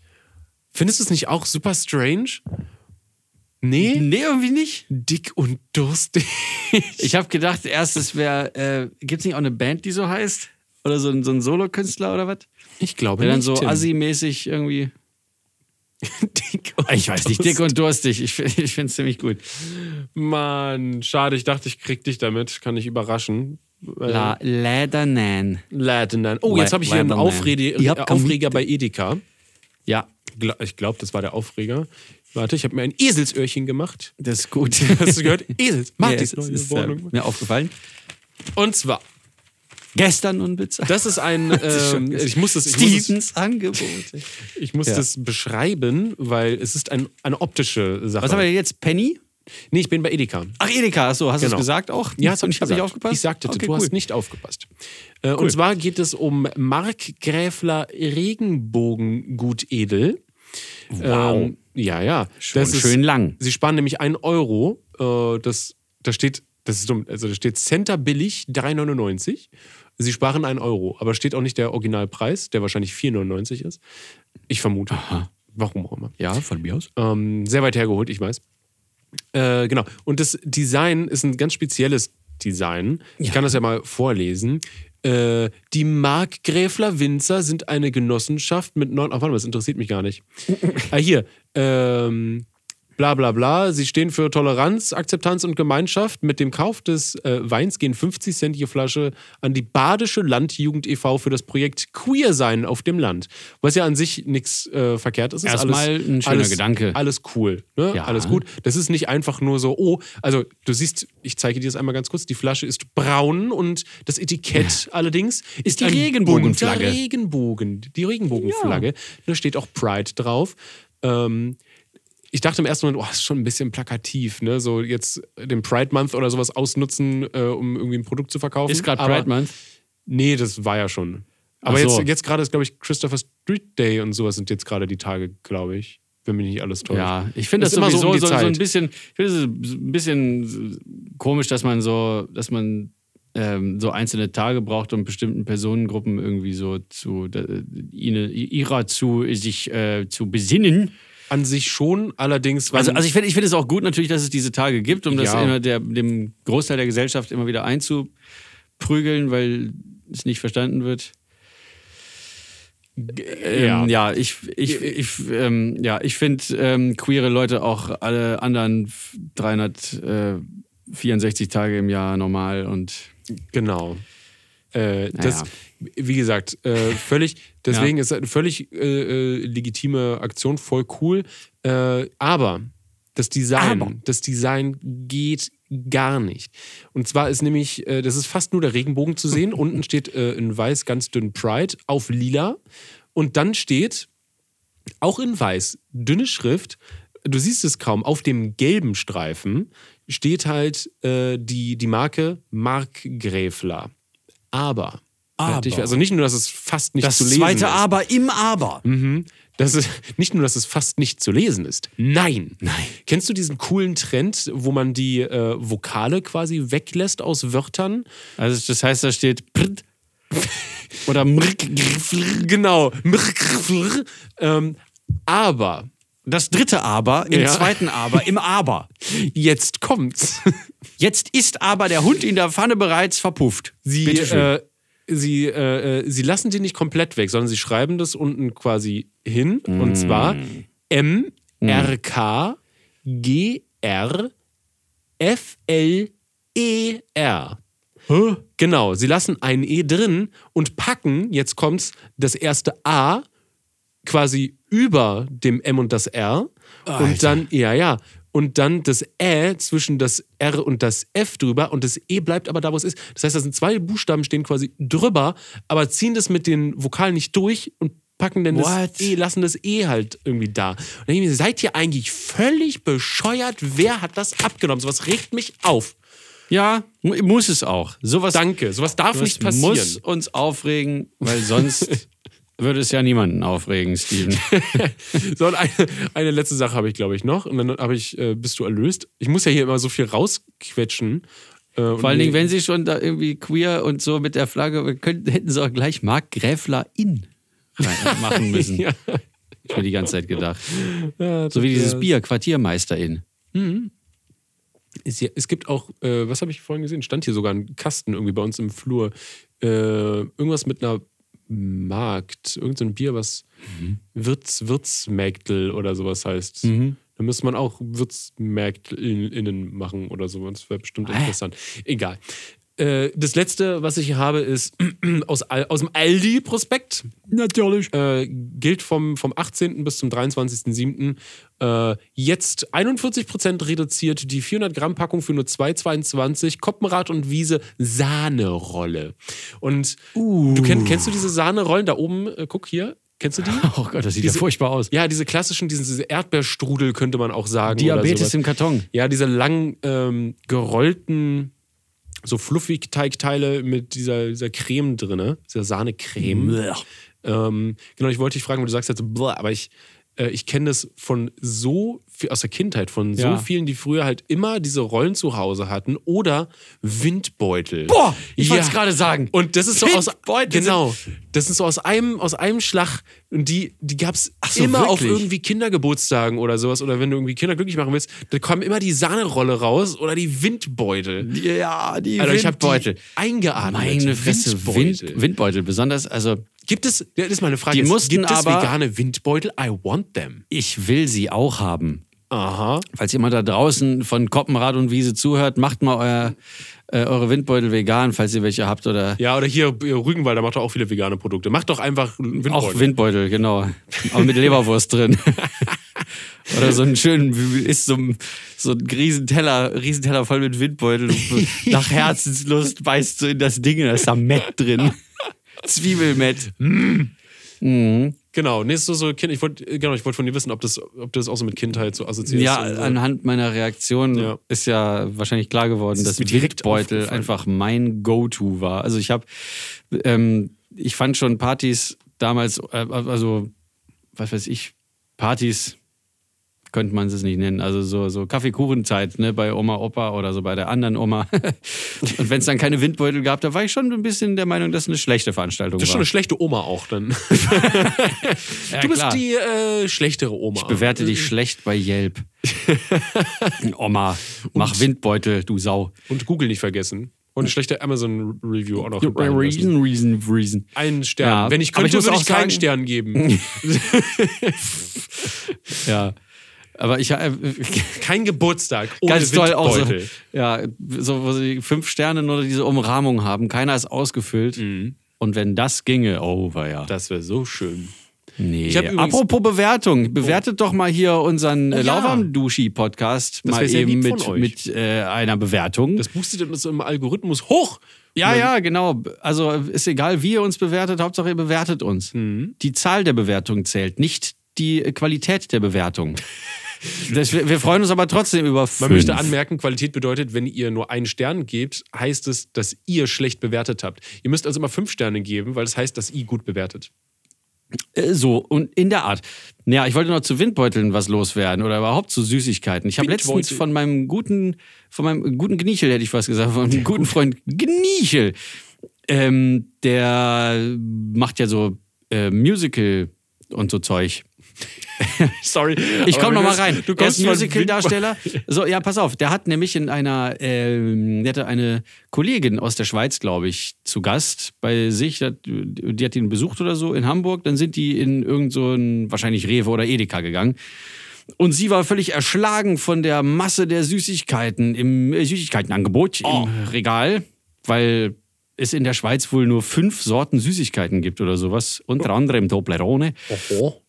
Speaker 1: Findest du es nicht auch super strange? Nee?
Speaker 2: Nee, irgendwie nicht.
Speaker 1: Dick und durstig.
Speaker 2: Ich habe gedacht, erstes wäre, äh, gibt es nicht auch eine Band, die so heißt? Oder so ein, so ein Solokünstler oder was?
Speaker 1: Ich glaube
Speaker 2: Der
Speaker 1: nicht.
Speaker 2: dann so
Speaker 1: Tim.
Speaker 2: assi-mäßig irgendwie.
Speaker 1: dick und
Speaker 2: Ich weiß nicht, dick und durstig. Ich, find- ich finde es ziemlich gut.
Speaker 1: Mann, schade, ich dachte, ich krieg dich damit. Kann ich überraschen.
Speaker 2: La Ledernan.
Speaker 1: Ladenan. Oh, jetzt
Speaker 2: La-
Speaker 1: habe ich hier einen
Speaker 2: Ladenan.
Speaker 1: Aufrede,
Speaker 2: Ihr habt
Speaker 1: Aufreger bei Edeka.
Speaker 2: Ja,
Speaker 1: Gla- Ich glaube, das war der Aufreger. Warte, ich habe mir ein Eselsöhrchen gemacht.
Speaker 2: das ist gut.
Speaker 1: Hast du gehört? Esels. Martins
Speaker 2: ist, ist,
Speaker 1: neue
Speaker 2: äh,
Speaker 1: Wohnung.
Speaker 2: mir aufgefallen.
Speaker 1: Und zwar,
Speaker 2: Gestern unbezahlt.
Speaker 1: das ist ein.
Speaker 2: ist schon-
Speaker 1: Ähm, ich muss das. Ich muss das,
Speaker 2: Stevens Angebote.
Speaker 1: ich muss
Speaker 2: Ja.
Speaker 1: das beschreiben, weil es ist ein, eine optische Sache.
Speaker 2: Was haben wir denn jetzt? Penny?
Speaker 1: Nee, ich bin bei Edeka.
Speaker 2: Ach, Edeka, ach so, hast du
Speaker 1: Genau.
Speaker 2: es gesagt auch?
Speaker 1: Ja, das
Speaker 2: Und
Speaker 1: habe
Speaker 2: ich
Speaker 1: ich
Speaker 2: habe nicht
Speaker 1: gesagt.
Speaker 2: aufgepasst.
Speaker 1: Ich sagte,
Speaker 2: okay,
Speaker 1: du
Speaker 2: cool.
Speaker 1: hast nicht aufgepasst. Äh, Und zwar geht es um Mark Gräfler Regenbogengutedel. Wow. Ähm, ja, ja.
Speaker 2: Schon schön lang.
Speaker 1: Sie sparen nämlich 1 Euro. Äh, das, da steht, das ist dumm, also da steht Center billig 3,99. Sie sparen 1 Euro, aber steht auch nicht der Originalpreis, der wahrscheinlich 4,99 ist. Ich vermute. Warum auch immer.
Speaker 2: Ja, von mir aus.
Speaker 1: Ähm, sehr weit hergeholt, ich weiß. Äh, genau. Und das Design ist ein ganz spezielles Design. Ich kann das ja mal vorlesen. Äh, die Markgräfler Winzer sind eine Genossenschaft mit neun. Ach, warte mal, das interessiert mich gar nicht. ah, hier. Ähm, Bla bla bla. Sie stehen für Toleranz, Akzeptanz und Gemeinschaft. Mit dem Kauf des äh, Weins gehen 50 Cent je Flasche an die Badische Landjugend e.V. für das Projekt Queer Sein auf dem Land. Was ja an sich nichts äh, verkehrt ist. ist
Speaker 2: Erstmal
Speaker 1: alles,
Speaker 2: ein schöner
Speaker 1: alles,
Speaker 2: Gedanke.
Speaker 1: Alles cool. Ne?
Speaker 2: Ja.
Speaker 1: Alles gut. Das ist nicht einfach nur so, oh, also du siehst, ich zeige dir das einmal ganz kurz, die Flasche ist braun und das Etikett allerdings ist,
Speaker 2: die
Speaker 1: ein
Speaker 2: Regenbogenflagge.
Speaker 1: bunter Regenbogen, die Regenbogenflagge. Da steht auch Pride drauf. Ähm, ich dachte im ersten Moment, oh, ist schon ein bisschen plakativ, ne? So jetzt den Pride Month oder sowas ausnutzen, äh, um irgendwie ein Produkt zu verkaufen.
Speaker 2: Ist gerade
Speaker 1: Aber-
Speaker 2: Pride Month.
Speaker 1: Nee, das war ja schon. Aber
Speaker 2: Ach so.
Speaker 1: jetzt, jetzt gerade ist, glaube ich, Christopher Street Day und sowas sind jetzt gerade die Tage, glaube ich. Wenn mich nicht alles täuscht.
Speaker 2: Ja, ich finde das,
Speaker 1: Ist immer so
Speaker 2: sowieso so,
Speaker 1: um die
Speaker 2: so, ein
Speaker 1: Zeit.
Speaker 2: bisschen, ich finde es ein bisschen komisch, dass man so, dass man ähm, so einzelne Tage braucht, um bestimmten Personengruppen irgendwie so zu äh, ihnen ihrer zu sich äh, zu besinnen.
Speaker 1: An sich schon, allerdings.
Speaker 2: Also,
Speaker 1: wann-
Speaker 2: also ich finde ich find es auch gut natürlich, dass es diese Tage gibt, um das
Speaker 1: Ja.
Speaker 2: immer der, dem Großteil der Gesellschaft immer wieder einzuprügeln, weil es nicht verstanden wird. Ähm, ja. ich, ich, ich, ähm, ja, ich finde ähm, queere Leute auch alle anderen 364 Tage im Jahr normal und
Speaker 1: Genau. Äh, das, Wie gesagt, äh, völlig, deswegen ist das eine völlig äh, äh, legitime Aktion, voll cool. Äh, aber das Design,
Speaker 2: Aber.
Speaker 1: das Design geht gar nicht. Und zwar ist nämlich, äh, das ist fast nur der Regenbogen zu sehen. Unten steht äh, in weiß ganz dünn Pride auf lila. Und dann steht auch in weiß, dünne Schrift, du siehst es kaum, auf dem gelben Streifen steht halt äh, die, die Marke Mark Gräfler. Aber,
Speaker 4: Aber.
Speaker 1: also nicht nur, dass es fast nicht
Speaker 2: Das
Speaker 1: zu lesen ist.
Speaker 4: Aber im Aber.
Speaker 2: Hm?
Speaker 1: Das ist nicht nur, dass es fast nicht zu lesen ist. Nein. Nein. Kennst du diesen coolen Trend, wo man die äh, Vokale quasi weglässt aus Wörtern?
Speaker 2: also das heißt, da steht prrt oder mrk.
Speaker 1: Genau. Ähm, aber
Speaker 2: Das dritte Aber, im
Speaker 1: Ja.
Speaker 2: zweiten Aber, im Aber.
Speaker 1: jetzt kommt's.
Speaker 2: Jetzt ist aber der Hund in der Pfanne bereits verpufft.
Speaker 1: Sie,
Speaker 2: Bitteschön.
Speaker 1: äh, sie, äh, äh, sie lassen die nicht komplett weg, sondern sie schreiben das unten quasi hin. Und zwar M, R, K, G, R, F, L, E, R. Genau, sie lassen ein E drin und packen, jetzt kommt's, das erste A quasi über dem M und das R. Und dann, ja, ja. Und dann das Ä zwischen das R und das F drüber und das E bleibt aber da, wo es ist. Das heißt, da sind zwei Buchstaben, stehen quasi drüber, aber ziehen das mit den Vokalen nicht durch und packen dann
Speaker 2: What?
Speaker 1: das E, lassen das E halt irgendwie da. Und dann denke ich mir, seid ihr eigentlich völlig bescheuert? Wer hat das abgenommen? Sowas regt mich auf.
Speaker 2: ja, mu- muss es auch. Sowas
Speaker 1: Danke, sowas darf
Speaker 2: Das
Speaker 1: nicht passieren.
Speaker 2: muss uns aufregen, weil sonst würde es ja niemanden aufregen, Steven.
Speaker 1: So, und eine, eine letzte Sache habe ich, glaube ich, noch. Und dann habe ich, äh, bist du erlöst? Ich muss ja hier immer so viel rausquetschen. Äh,
Speaker 2: Vor allen Dingen, wenn sie schon da irgendwie queer und so mit der Flagge, wir könnten, hätten sie auch gleich Mark Gräfler in rein- äh, machen müssen.
Speaker 1: Ja.
Speaker 2: Hab Ich mir die ganze Zeit gedacht. So wie dieses Bier, Quartiermeister in.
Speaker 1: Es, ja, es gibt auch, äh, was habe ich vorhin gesehen? Stand hier sogar ein Kasten irgendwie bei uns im Flur. Äh, irgendwas mit einer Markt, irgendein so ein Bier, was
Speaker 2: Mhm.
Speaker 1: Wirts, Wirtsmägdel oder sowas heißt. Da müsste man auch WirtsmägdelInnen machen oder sowas. Das wäre bestimmt
Speaker 2: Ah.
Speaker 1: interessant. Egal. Äh, das letzte, was ich hier habe, ist aus, Al aus dem Aldi-Prospekt.
Speaker 2: Natürlich.
Speaker 1: äh, gilt vom, vom 18. bis zum 23.07. Äh, jetzt 41% reduziert die 400 Gramm Packung für nur 2,22 Koppenrad und Wiese Sahnerolle. Und du
Speaker 2: Uh.
Speaker 1: kenn, kennst du diese Sahnerollen da oben? Äh, guck hier, kennst du die?
Speaker 2: Oh Gott, das sieht
Speaker 1: Diese-
Speaker 2: ja furchtbar aus.
Speaker 1: Ja, diese klassischen, diese, diese Erdbeerstrudel könnte man auch sagen. oder
Speaker 2: Diabetes
Speaker 1: sowas.
Speaker 2: im Karton.
Speaker 1: Ja, diese lang ähm, gerollten, so fluffig Teigteile mit dieser, dieser Creme drinne, dieser Sahnecreme. Ähm, genau, ich wollte dich fragen, weil du sagst jetzt, bläh, aber ich, äh, ich kenne das von so viel, aus der Kindheit, von
Speaker 2: Ja.
Speaker 1: so vielen, die früher halt immer diese Rollen zu Hause hatten oder Windbeutel.
Speaker 2: Boah, ich wollte's gerade sagen.
Speaker 1: Und das ist so aus
Speaker 2: Windbeutel sind-
Speaker 1: genau, das ist so aus einem aus einem Schlag und die die gab's
Speaker 2: so,
Speaker 1: immer auf
Speaker 2: wirklich?
Speaker 1: irgendwie Kindergeburtstagen oder sowas oder wenn du irgendwie Kinder glücklich machen willst, da kommen immer die Sahnerolle raus oder die Windbeutel.
Speaker 2: Ja, die
Speaker 1: Alter, ich hab
Speaker 2: Windbeutel.
Speaker 1: die eingeatmet.
Speaker 2: Meine Fresse, Wind,
Speaker 1: Windbeutel.
Speaker 2: Windbeutel. Besonders, also
Speaker 1: Gibt es, ja, das ist meine Frage,
Speaker 2: Die
Speaker 1: jetzt,
Speaker 2: mussten
Speaker 1: gibt es
Speaker 2: aber-
Speaker 1: vegane Windbeutel? I want them.
Speaker 2: ich will sie auch haben.
Speaker 1: Aha.
Speaker 2: Falls jemand da draußen von Koppenrad und Wiese zuhört, macht mal euer, äh, eure Windbeutel vegan, falls ihr welche habt. Oder
Speaker 1: Ja, oder hier äh, Rügenwalder macht doch auch viele vegane Produkte. Macht doch einfach einen
Speaker 2: auch
Speaker 1: Windbeutel.
Speaker 2: Windbeutel, genau. Auch mit Leberwurst drin. oder so einen schönen, ist so ein, so ein Riesenteller, Riesenteller voll mit Windbeutel. Und nach Herzenslust beißt du in das Ding und da ist da Mett drin. Zwiebelmett.
Speaker 1: genau, nee, ist so, so Kind, ich wollte äh, genau, ich wollte von dir wissen, ob das ob du das auch so mit Kindheit so assoziiert
Speaker 2: Ja, äh,
Speaker 1: ist.
Speaker 2: anhand meiner Reaktion
Speaker 1: Ja.
Speaker 2: ist ja wahrscheinlich klar geworden,
Speaker 1: Das
Speaker 2: dass
Speaker 1: ist mir direkt
Speaker 2: Windbeutel
Speaker 1: aufgefallen.
Speaker 2: einfach mein Go-To war. Also ich habe, ähm, ich fand schon Partys damals, äh, also was weiß ich, Partys könnte man es nicht nennen. Also so, so Kaffeekuchenzeit, ne, bei Oma, Opa oder so bei der anderen Oma. Und wenn es dann keine Windbeutel gab, da war ich schon ein bisschen der Meinung, dass es eine schlechte Veranstaltung
Speaker 1: Das ist schon
Speaker 2: war.
Speaker 1: eine schlechte Oma auch dann.
Speaker 2: Ja,
Speaker 1: du bist
Speaker 2: klar.
Speaker 1: die äh, schlechtere Oma. Ich
Speaker 2: Bewerte dich schlecht bei Yelp. Oma, mach Windbeutel, du Sau.
Speaker 1: Und Google nicht vergessen. Und eine schlechte Amazon-Review auch noch. reinlassen.
Speaker 2: Reason, reason, reason.
Speaker 1: Einen Stern.
Speaker 2: Ja,
Speaker 1: Wenn ich
Speaker 2: aber ich
Speaker 1: könnte,
Speaker 2: muss
Speaker 1: würde
Speaker 2: auch
Speaker 1: ich keinen
Speaker 2: sagen-
Speaker 1: Stern geben.
Speaker 2: Ja. Aber ich äh,
Speaker 1: Kein Geburtstag. Ohne
Speaker 2: ganz toll auch so,
Speaker 1: Windbeutel.
Speaker 2: ja, so wo sie fünf Sterne nur diese Umrahmung haben. Keiner ist ausgefüllt.
Speaker 1: Mhm.
Speaker 2: Und wenn das ginge, oh ja.
Speaker 1: Das wäre so schön.
Speaker 2: Nee.
Speaker 1: Ich hab übrigens-
Speaker 2: Apropos Bewertung, bewertet doch mal hier unseren
Speaker 1: ja.
Speaker 2: äh, Lauwarm-Duschi-Podcast
Speaker 1: Das
Speaker 2: mal
Speaker 1: wär sehr
Speaker 2: eben
Speaker 1: lieb von
Speaker 2: mit,
Speaker 1: euch.
Speaker 2: mit äh, einer Bewertung.
Speaker 1: Das boostet immer so im Algorithmus hoch.
Speaker 2: ja, ja, genau. Also ist egal, wie ihr uns bewertet, Hauptsache ihr bewertet uns.
Speaker 1: Mhm.
Speaker 2: Die Zahl der Bewertung zählt, nicht die äh, Qualität der Bewertung. Das, wir, wir freuen uns aber trotzdem über fünf.
Speaker 1: Man möchte anmerken, Qualität bedeutet, wenn ihr nur einen Stern gebt, heißt es, dass ihr schlecht bewertet habt. Ihr müsst also immer fünf Sterne geben, weil das heißt, dass ihr gut bewertet.
Speaker 2: Äh, So, und in der Art. Naja, ich wollte noch zu Windbeuteln was loswerden oder überhaupt zu Süßigkeiten. Ich habe
Speaker 1: Windbeutel.
Speaker 2: letztens von meinem guten, von meinem guten Gniechel, hätte ich was gesagt, von meinem guten Freund Gniechel. Ähm, der macht ja so äh, Musical und so Zeug.
Speaker 1: Sorry.
Speaker 2: Ich
Speaker 1: aber
Speaker 2: komme
Speaker 1: wenn
Speaker 2: nochmal
Speaker 1: du-
Speaker 2: rein.
Speaker 1: Du
Speaker 2: er
Speaker 1: kommst
Speaker 2: ist
Speaker 1: von
Speaker 2: Musical-Darsteller. So, ja, pass auf. Der hat nämlich in einer, ähm, der hatte eine Kollegin aus der Schweiz, glaube ich, zu Gast bei sich. Die hat- Die hat ihn besucht oder so in Hamburg. Dann sind die in irgend so ein, wahrscheinlich Rewe oder Edeka gegangen. Und sie war völlig erschlagen von der Masse der Süßigkeiten im äh, Süßigkeitenangebot
Speaker 1: Oh.
Speaker 2: im Regal, weil es in der Schweiz wohl nur fünf Sorten Süßigkeiten gibt oder sowas. Unter
Speaker 1: Oh.
Speaker 2: anderem Toblerone.
Speaker 1: Oho.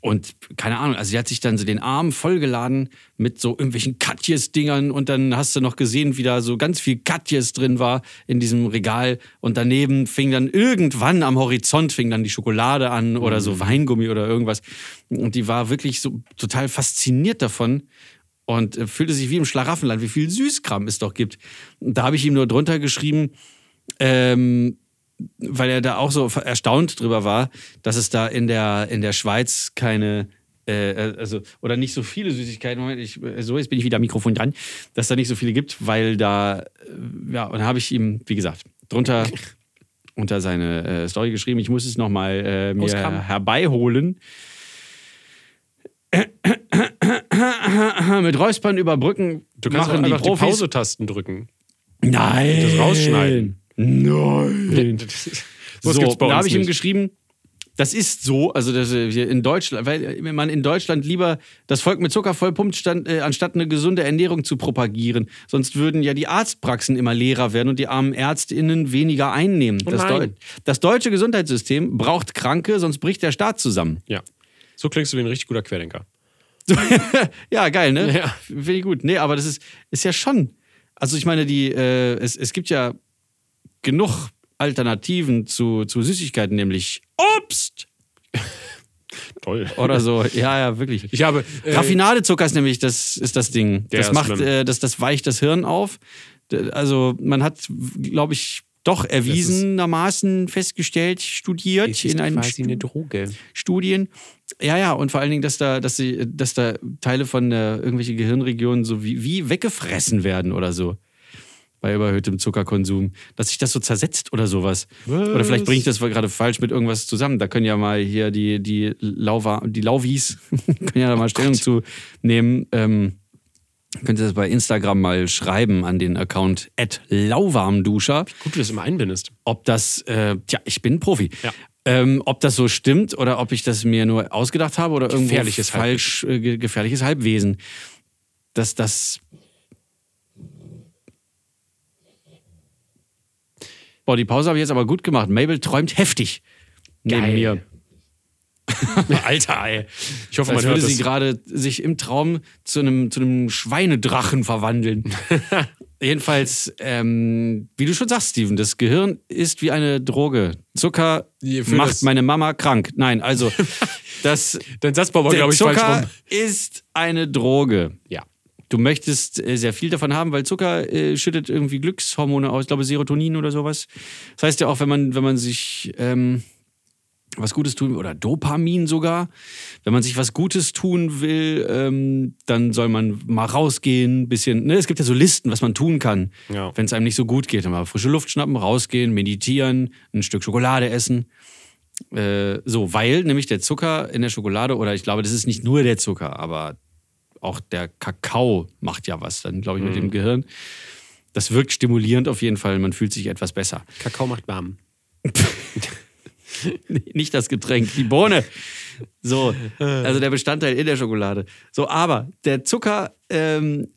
Speaker 2: Und keine Ahnung, also sie hat sich dann so den Arm vollgeladen mit so irgendwelchen Katjes-Dingern und dann hast du noch gesehen, wie da so ganz viel Katjes drin war in diesem Regal und daneben fing dann irgendwann am Horizont fing dann die Schokolade an oder so Weingummi oder irgendwas und die war wirklich so total fasziniert davon und äh, fühlte sich wie im Schlaraffenland, wie viel Süßkram es doch gibt. Und da habe ich ihm nur drunter geschrieben, ähm, weil er da auch so ver- erstaunt drüber war, dass es da in der, in der Schweiz keine, äh, äh, also, oder nicht so viele Süßigkeiten, Moment, ich, äh, so, jetzt bin ich wieder am Mikrofon dran, dass da nicht so viele gibt, weil da, äh, ja, und da habe ich ihm, wie gesagt, drunter unter seine äh, Story geschrieben, ich muss es nochmal äh, mir
Speaker 1: Auskramen.
Speaker 2: herbeiholen. Mit Räuspern überbrücken
Speaker 1: Du kannst auch
Speaker 2: machen die
Speaker 1: einfach die,
Speaker 2: Profis.
Speaker 1: Pause-Tasten drücken.
Speaker 2: Nein.
Speaker 1: Das rausschneiden.
Speaker 2: Nein.
Speaker 1: So,
Speaker 2: So,
Speaker 1: gibt's bei
Speaker 2: da
Speaker 1: uns
Speaker 2: habe ich ihm
Speaker 1: nicht.
Speaker 2: geschrieben, das ist so, also dass äh, wir in Deutschland, weil äh, man in Deutschland lieber das Volk mit Zucker vollpumpt, stand, äh, anstatt eine gesunde Ernährung zu propagieren. Sonst würden ja die Arztpraxen immer leerer werden und die armen ÄrztInnen weniger einnehmen. das,
Speaker 1: Oh nein.
Speaker 2: Deu- das deutsche Gesundheitssystem braucht Kranke, sonst bricht der Staat zusammen.
Speaker 1: Ja. So klingst du wie ein richtig guter Querdenker.
Speaker 2: Ja, geil, ne?
Speaker 1: Ja.
Speaker 2: Finde ich gut. Nee, aber das ist, ist ja schon. Also ich meine, die, äh, es, es gibt ja genug Alternativen zu, zu Süßigkeiten, nämlich Obst
Speaker 1: Toll.
Speaker 2: oder so. ja, ja, wirklich.
Speaker 1: Ich habe. äh,
Speaker 2: Raffinadezucker ist nämlich das, ist das Ding.
Speaker 1: Der
Speaker 2: Das
Speaker 1: ist
Speaker 2: macht,
Speaker 1: schlimm.
Speaker 2: äh, das, das weicht das Hirn auf. D- Also man hat, glaube ich, doch erwiesenermaßen festgestellt, studiert in einem Stu-
Speaker 1: Droge.
Speaker 2: Studien. Ja, ja, und vor allen Dingen, dass da, dass sie, dass da Teile von äh, irgendwelchen Gehirnregionen so wie, wie weggefressen werden oder so. Bei überhöhtem Zuckerkonsum. Dass sich das so zersetzt oder sowas. Oder vielleicht bringe ich das gerade falsch mit irgendwas zusammen. Da können ja mal hier die, die Lauwa, die Lauvis, können ja da mal Stellung zu nehmen. Ähm, könnt ihr das bei Instagram mal schreiben an den Account lauwarmduscher
Speaker 1: Gut, wie du das immer einbindest.
Speaker 2: ob das, äh, tja, ich bin Profi.
Speaker 1: Ja.
Speaker 2: Ähm, ob das so stimmt oder ob ich das mir nur ausgedacht habe oder irgendwo
Speaker 1: Gefährliches
Speaker 2: falsch, äh, ge- gefährliches Halbwesen. Dass das. Boah, die Pause habe ich jetzt aber gut gemacht. Mabel träumt heftig
Speaker 1: Geil.
Speaker 2: neben mir. Alter, ey.
Speaker 1: Ich hoffe, man
Speaker 2: Als
Speaker 1: hört
Speaker 2: würde
Speaker 1: das.
Speaker 2: sie gerade sich im Traum zu einem, zu einem Schweinedrachen verwandeln. Jedenfalls, ähm, wie du schon sagst, Steven, das Gehirn ist wie eine Droge. Zucker
Speaker 1: Je- für das-
Speaker 2: macht meine Mama krank. Nein, also das
Speaker 1: Dein Satzbau war,
Speaker 2: der
Speaker 1: glaube Oh, ich, falsch
Speaker 2: Zucker
Speaker 1: rum.
Speaker 2: ist eine Droge.
Speaker 1: Ja.
Speaker 2: Du möchtest äh, sehr viel davon haben, weil Zucker äh, schüttet irgendwie Glückshormone aus, ich glaube Serotonin oder sowas. Das heißt ja auch, wenn man, wenn man sich ähm, was Gutes tun oder Dopamin sogar, wenn man sich was Gutes tun will, ähm, dann soll man mal rausgehen, bisschen. Ne? Es gibt ja so Listen, was man tun kann,
Speaker 1: Ja.
Speaker 2: wenn es einem nicht so gut geht. Mal frische Luft schnappen, rausgehen, meditieren, ein Stück Schokolade essen. Äh, so, weil nämlich der Zucker in der Schokolade, oder ich glaube, das ist nicht nur der Zucker, aber auch der Kakao macht ja was dann, glaube ich, mit dem Gehirn. Das wirkt stimulierend auf jeden Fall. Man fühlt sich etwas besser.
Speaker 1: Kakao macht warm.
Speaker 2: Nicht das Getränk, die Bohne. So, also der Bestandteil in der Schokolade. So, aber der Zucker ähm,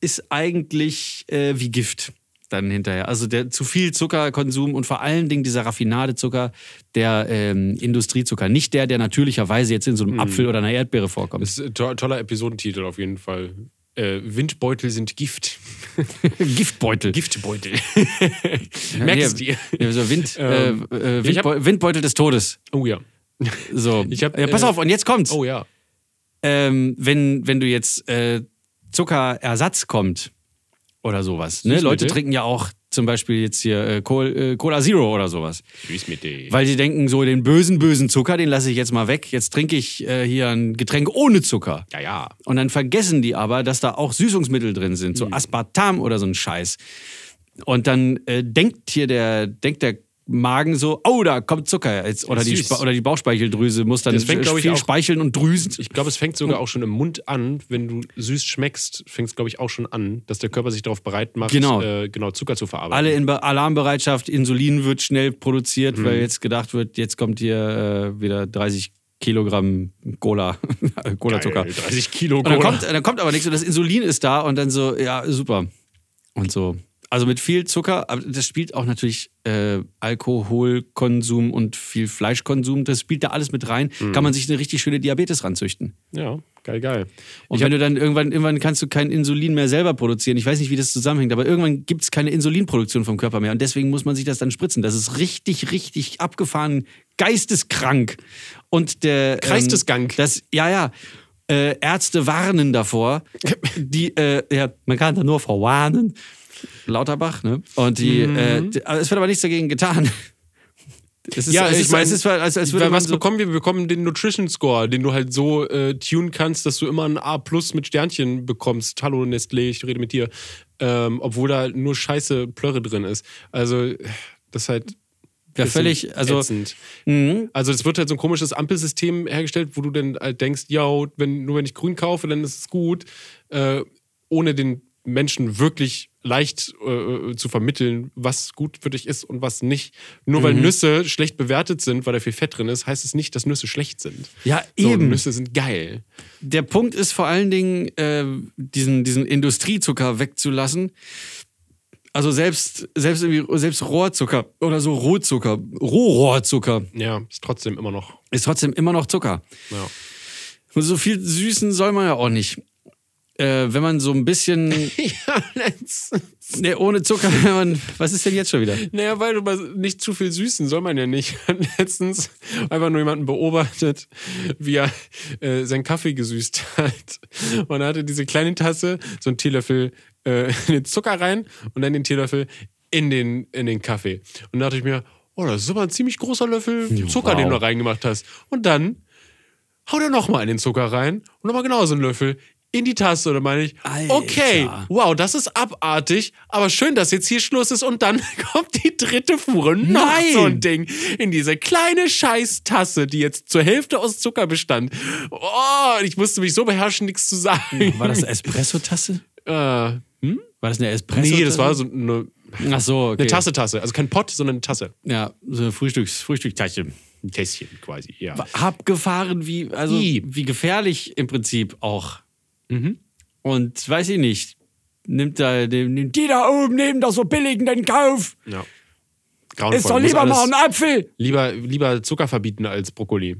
Speaker 2: ist eigentlich äh, wie Gift dann hinterher. Also der zu viel Zuckerkonsum und vor allen Dingen dieser Raffinadezucker, der ähm, Industriezucker. Nicht der, der natürlicherweise jetzt in so einem Apfel oder einer Erdbeere vorkommt.
Speaker 1: Das ist ein to toller Episodentitel auf jeden Fall. Äh, Windbeutel sind Gift.
Speaker 2: Giftbeutel.
Speaker 1: Giftbeutel.
Speaker 2: Ja,
Speaker 1: Merkst du dir?
Speaker 2: Ja, so Wind,
Speaker 1: Ähm,
Speaker 2: äh, äh,
Speaker 1: ich hab-
Speaker 2: Windbeu Windbeutel des Todes.
Speaker 1: Oh ja.
Speaker 2: So.
Speaker 1: Ich hab,
Speaker 2: ja, pass
Speaker 1: äh,
Speaker 2: auf, und jetzt kommt's.
Speaker 1: Oh ja.
Speaker 2: Ähm, wenn, wenn du jetzt äh, Zuckerersatz kommt oder sowas. Ne?
Speaker 1: Süßmittel?
Speaker 2: Leute trinken ja auch zum Beispiel jetzt hier äh, Col äh, Cola Zero oder sowas.
Speaker 1: Tschüss mit dir.
Speaker 2: Weil sie denken, so den bösen, bösen Zucker, den lasse ich jetzt mal weg. Jetzt trinke ich äh, hier ein Getränk ohne Zucker.
Speaker 1: Ja, ja.
Speaker 2: Und dann vergessen die aber, dass da auch Süßungsmittel drin sind,
Speaker 1: Mhm.
Speaker 2: so Aspartam oder so ein Scheiß. Und dann äh, denkt hier der, denkt der Magen so, oh, da kommt Zucker jetzt. Oder, die,
Speaker 1: Süß.
Speaker 2: Spa- oder die Bauchspeicheldrüse muss dann
Speaker 1: Das fängt, glaub ich,
Speaker 2: viel
Speaker 1: auch-
Speaker 2: speicheln und drüsen.
Speaker 1: Ich glaube, es fängt
Speaker 2: Hm.
Speaker 1: sogar auch schon im Mund an, wenn du süß schmeckst, fängt es, glaube ich, auch schon an, dass der Körper sich darauf bereit macht,
Speaker 2: Genau.
Speaker 1: äh, genau Zucker zu verarbeiten.
Speaker 2: alle in Be Alarmbereitschaft, Insulin wird schnell produziert,
Speaker 1: Mhm.
Speaker 2: weil jetzt gedacht wird, jetzt kommt hier äh, wieder 30 Kilogramm Cola, Cola-Zucker.
Speaker 1: Geil, 30 Kilo
Speaker 2: Und dann
Speaker 1: Cola.
Speaker 2: kommt, dann kommt aber nichts und das Insulin ist da und dann so, ja, super. Und so. Also mit viel Zucker, aber das spielt auch natürlich äh, Alkoholkonsum und viel Fleischkonsum, das spielt da alles mit rein. Kann man sich eine richtig schöne Diabetes ranzüchten.
Speaker 1: Ja, geil, geil.
Speaker 2: Und wenn du dann irgendwann, irgendwann kannst du kein Insulin mehr selber produzieren. Ich weiß nicht, wie das zusammenhängt, aber irgendwann gibt es keine Insulinproduktion vom Körper mehr. Und deswegen muss man sich das dann spritzen. Das ist richtig, richtig abgefahren, geisteskrank. Und der. ähm,
Speaker 1: Geisteskrank.
Speaker 2: Das, ja, ja. Äh, Ärzte warnen davor. Die, äh, ja, man kann da nur vor warnen. Lauterbach, ne? Und die,
Speaker 1: Mhm.
Speaker 2: äh, die aber es wird aber nichts dagegen getan. Es ist,
Speaker 1: Ja, ich
Speaker 2: ist-
Speaker 1: mein,
Speaker 2: es ist, als, als würde
Speaker 1: Weil
Speaker 2: man
Speaker 1: was
Speaker 2: so,
Speaker 1: bekommen wir? Wir bekommen den Nutrition Score, den du halt so äh, tunen kannst, dass du immer ein A plus mit Sternchen bekommst. Hallo Nestlé, ich rede mit dir. Ähm, obwohl da nur scheiße Plörre drin ist. Also, das ist halt.
Speaker 2: Ja,
Speaker 1: bisschen
Speaker 2: völlig, also- mhm.
Speaker 1: ätzend. Also, es wird halt so ein komisches Ampelsystem hergestellt, wo du dann halt denkst, ja, wenn, nur wenn ich grün kaufe, dann ist es gut. Äh, ohne den Menschen wirklich leicht äh, zu vermitteln, was gut für dich ist und was nicht. Nur
Speaker 2: Mhm.
Speaker 1: weil Nüsse schlecht bewertet sind, weil da viel Fett drin ist, heißt es nicht, dass Nüsse schlecht sind.
Speaker 2: Ja,
Speaker 1: So,
Speaker 2: eben.
Speaker 1: Nüsse sind geil.
Speaker 2: der Punkt ist vor allen Dingen, äh, diesen, diesen Industriezucker wegzulassen. Also selbst, selbst, irgendwie, selbst Rohrzucker oder so Rohzucker, Rohrohrzucker
Speaker 1: Ja, ist trotzdem immer noch.
Speaker 2: ist trotzdem immer noch Zucker.
Speaker 1: Ja.
Speaker 2: Und so viel Süßen soll man ja auch nicht. Äh, wenn man so ein bisschen,
Speaker 1: ja, let's.
Speaker 2: nee, ohne Zucker, wenn man, was ist denn jetzt schon wieder?
Speaker 1: Naja, weil du bei nicht zu viel süßen soll man ja nicht. Letztens einfach nur jemanden beobachtet, wie er äh, seinen Kaffee gesüßt hat. Und er hatte diese kleine Tasse, so einen Teelöffel äh, in den Zucker rein und dann den Teelöffel in den, in den Kaffee. Und da dachte ich mir, oh, das ist aber ein ziemlich großer Löffel Zucker, den du da reingemacht hast. Und dann haut er nochmal in den Zucker rein und nochmal genauso einen Löffel in die Taste. Und dann meine ich,
Speaker 2: Alter.
Speaker 1: okay, wow, das ist abartig, aber schön, dass jetzt hier Schluss ist. Und dann kommt die dritte Fuhre noch
Speaker 2: Nein.
Speaker 1: so ein Ding in diese kleine Scheißtasse, die jetzt zur Hälfte aus Zucker bestand. Oh, ich musste mich so beherrschen, nichts zu sagen.
Speaker 2: War das eine Espresso-Tasse?
Speaker 1: Äh,
Speaker 2: War das eine Espresso?
Speaker 1: nee, Also, das war so eine,
Speaker 2: Ach so, okay.
Speaker 1: eine Tasse-Tasse. Also kein Pott, sondern eine Tasse.
Speaker 2: Ja, so eine Frühstücks, Frühstücktasche.
Speaker 1: Ein Tässchen quasi, ja.
Speaker 2: abgefahren, wie, also
Speaker 1: I.
Speaker 2: wie gefährlich im Prinzip auch. Mhm. Und weiß ich nicht, nimmt da dem, nimmt die da oben, nehmen das so billig in den Kauf.
Speaker 1: ja.
Speaker 2: Ist doch
Speaker 1: Muss
Speaker 2: lieber
Speaker 1: alles-
Speaker 2: mal ein Apfel.
Speaker 1: lieber, lieber Zucker verbieten als Brokkoli.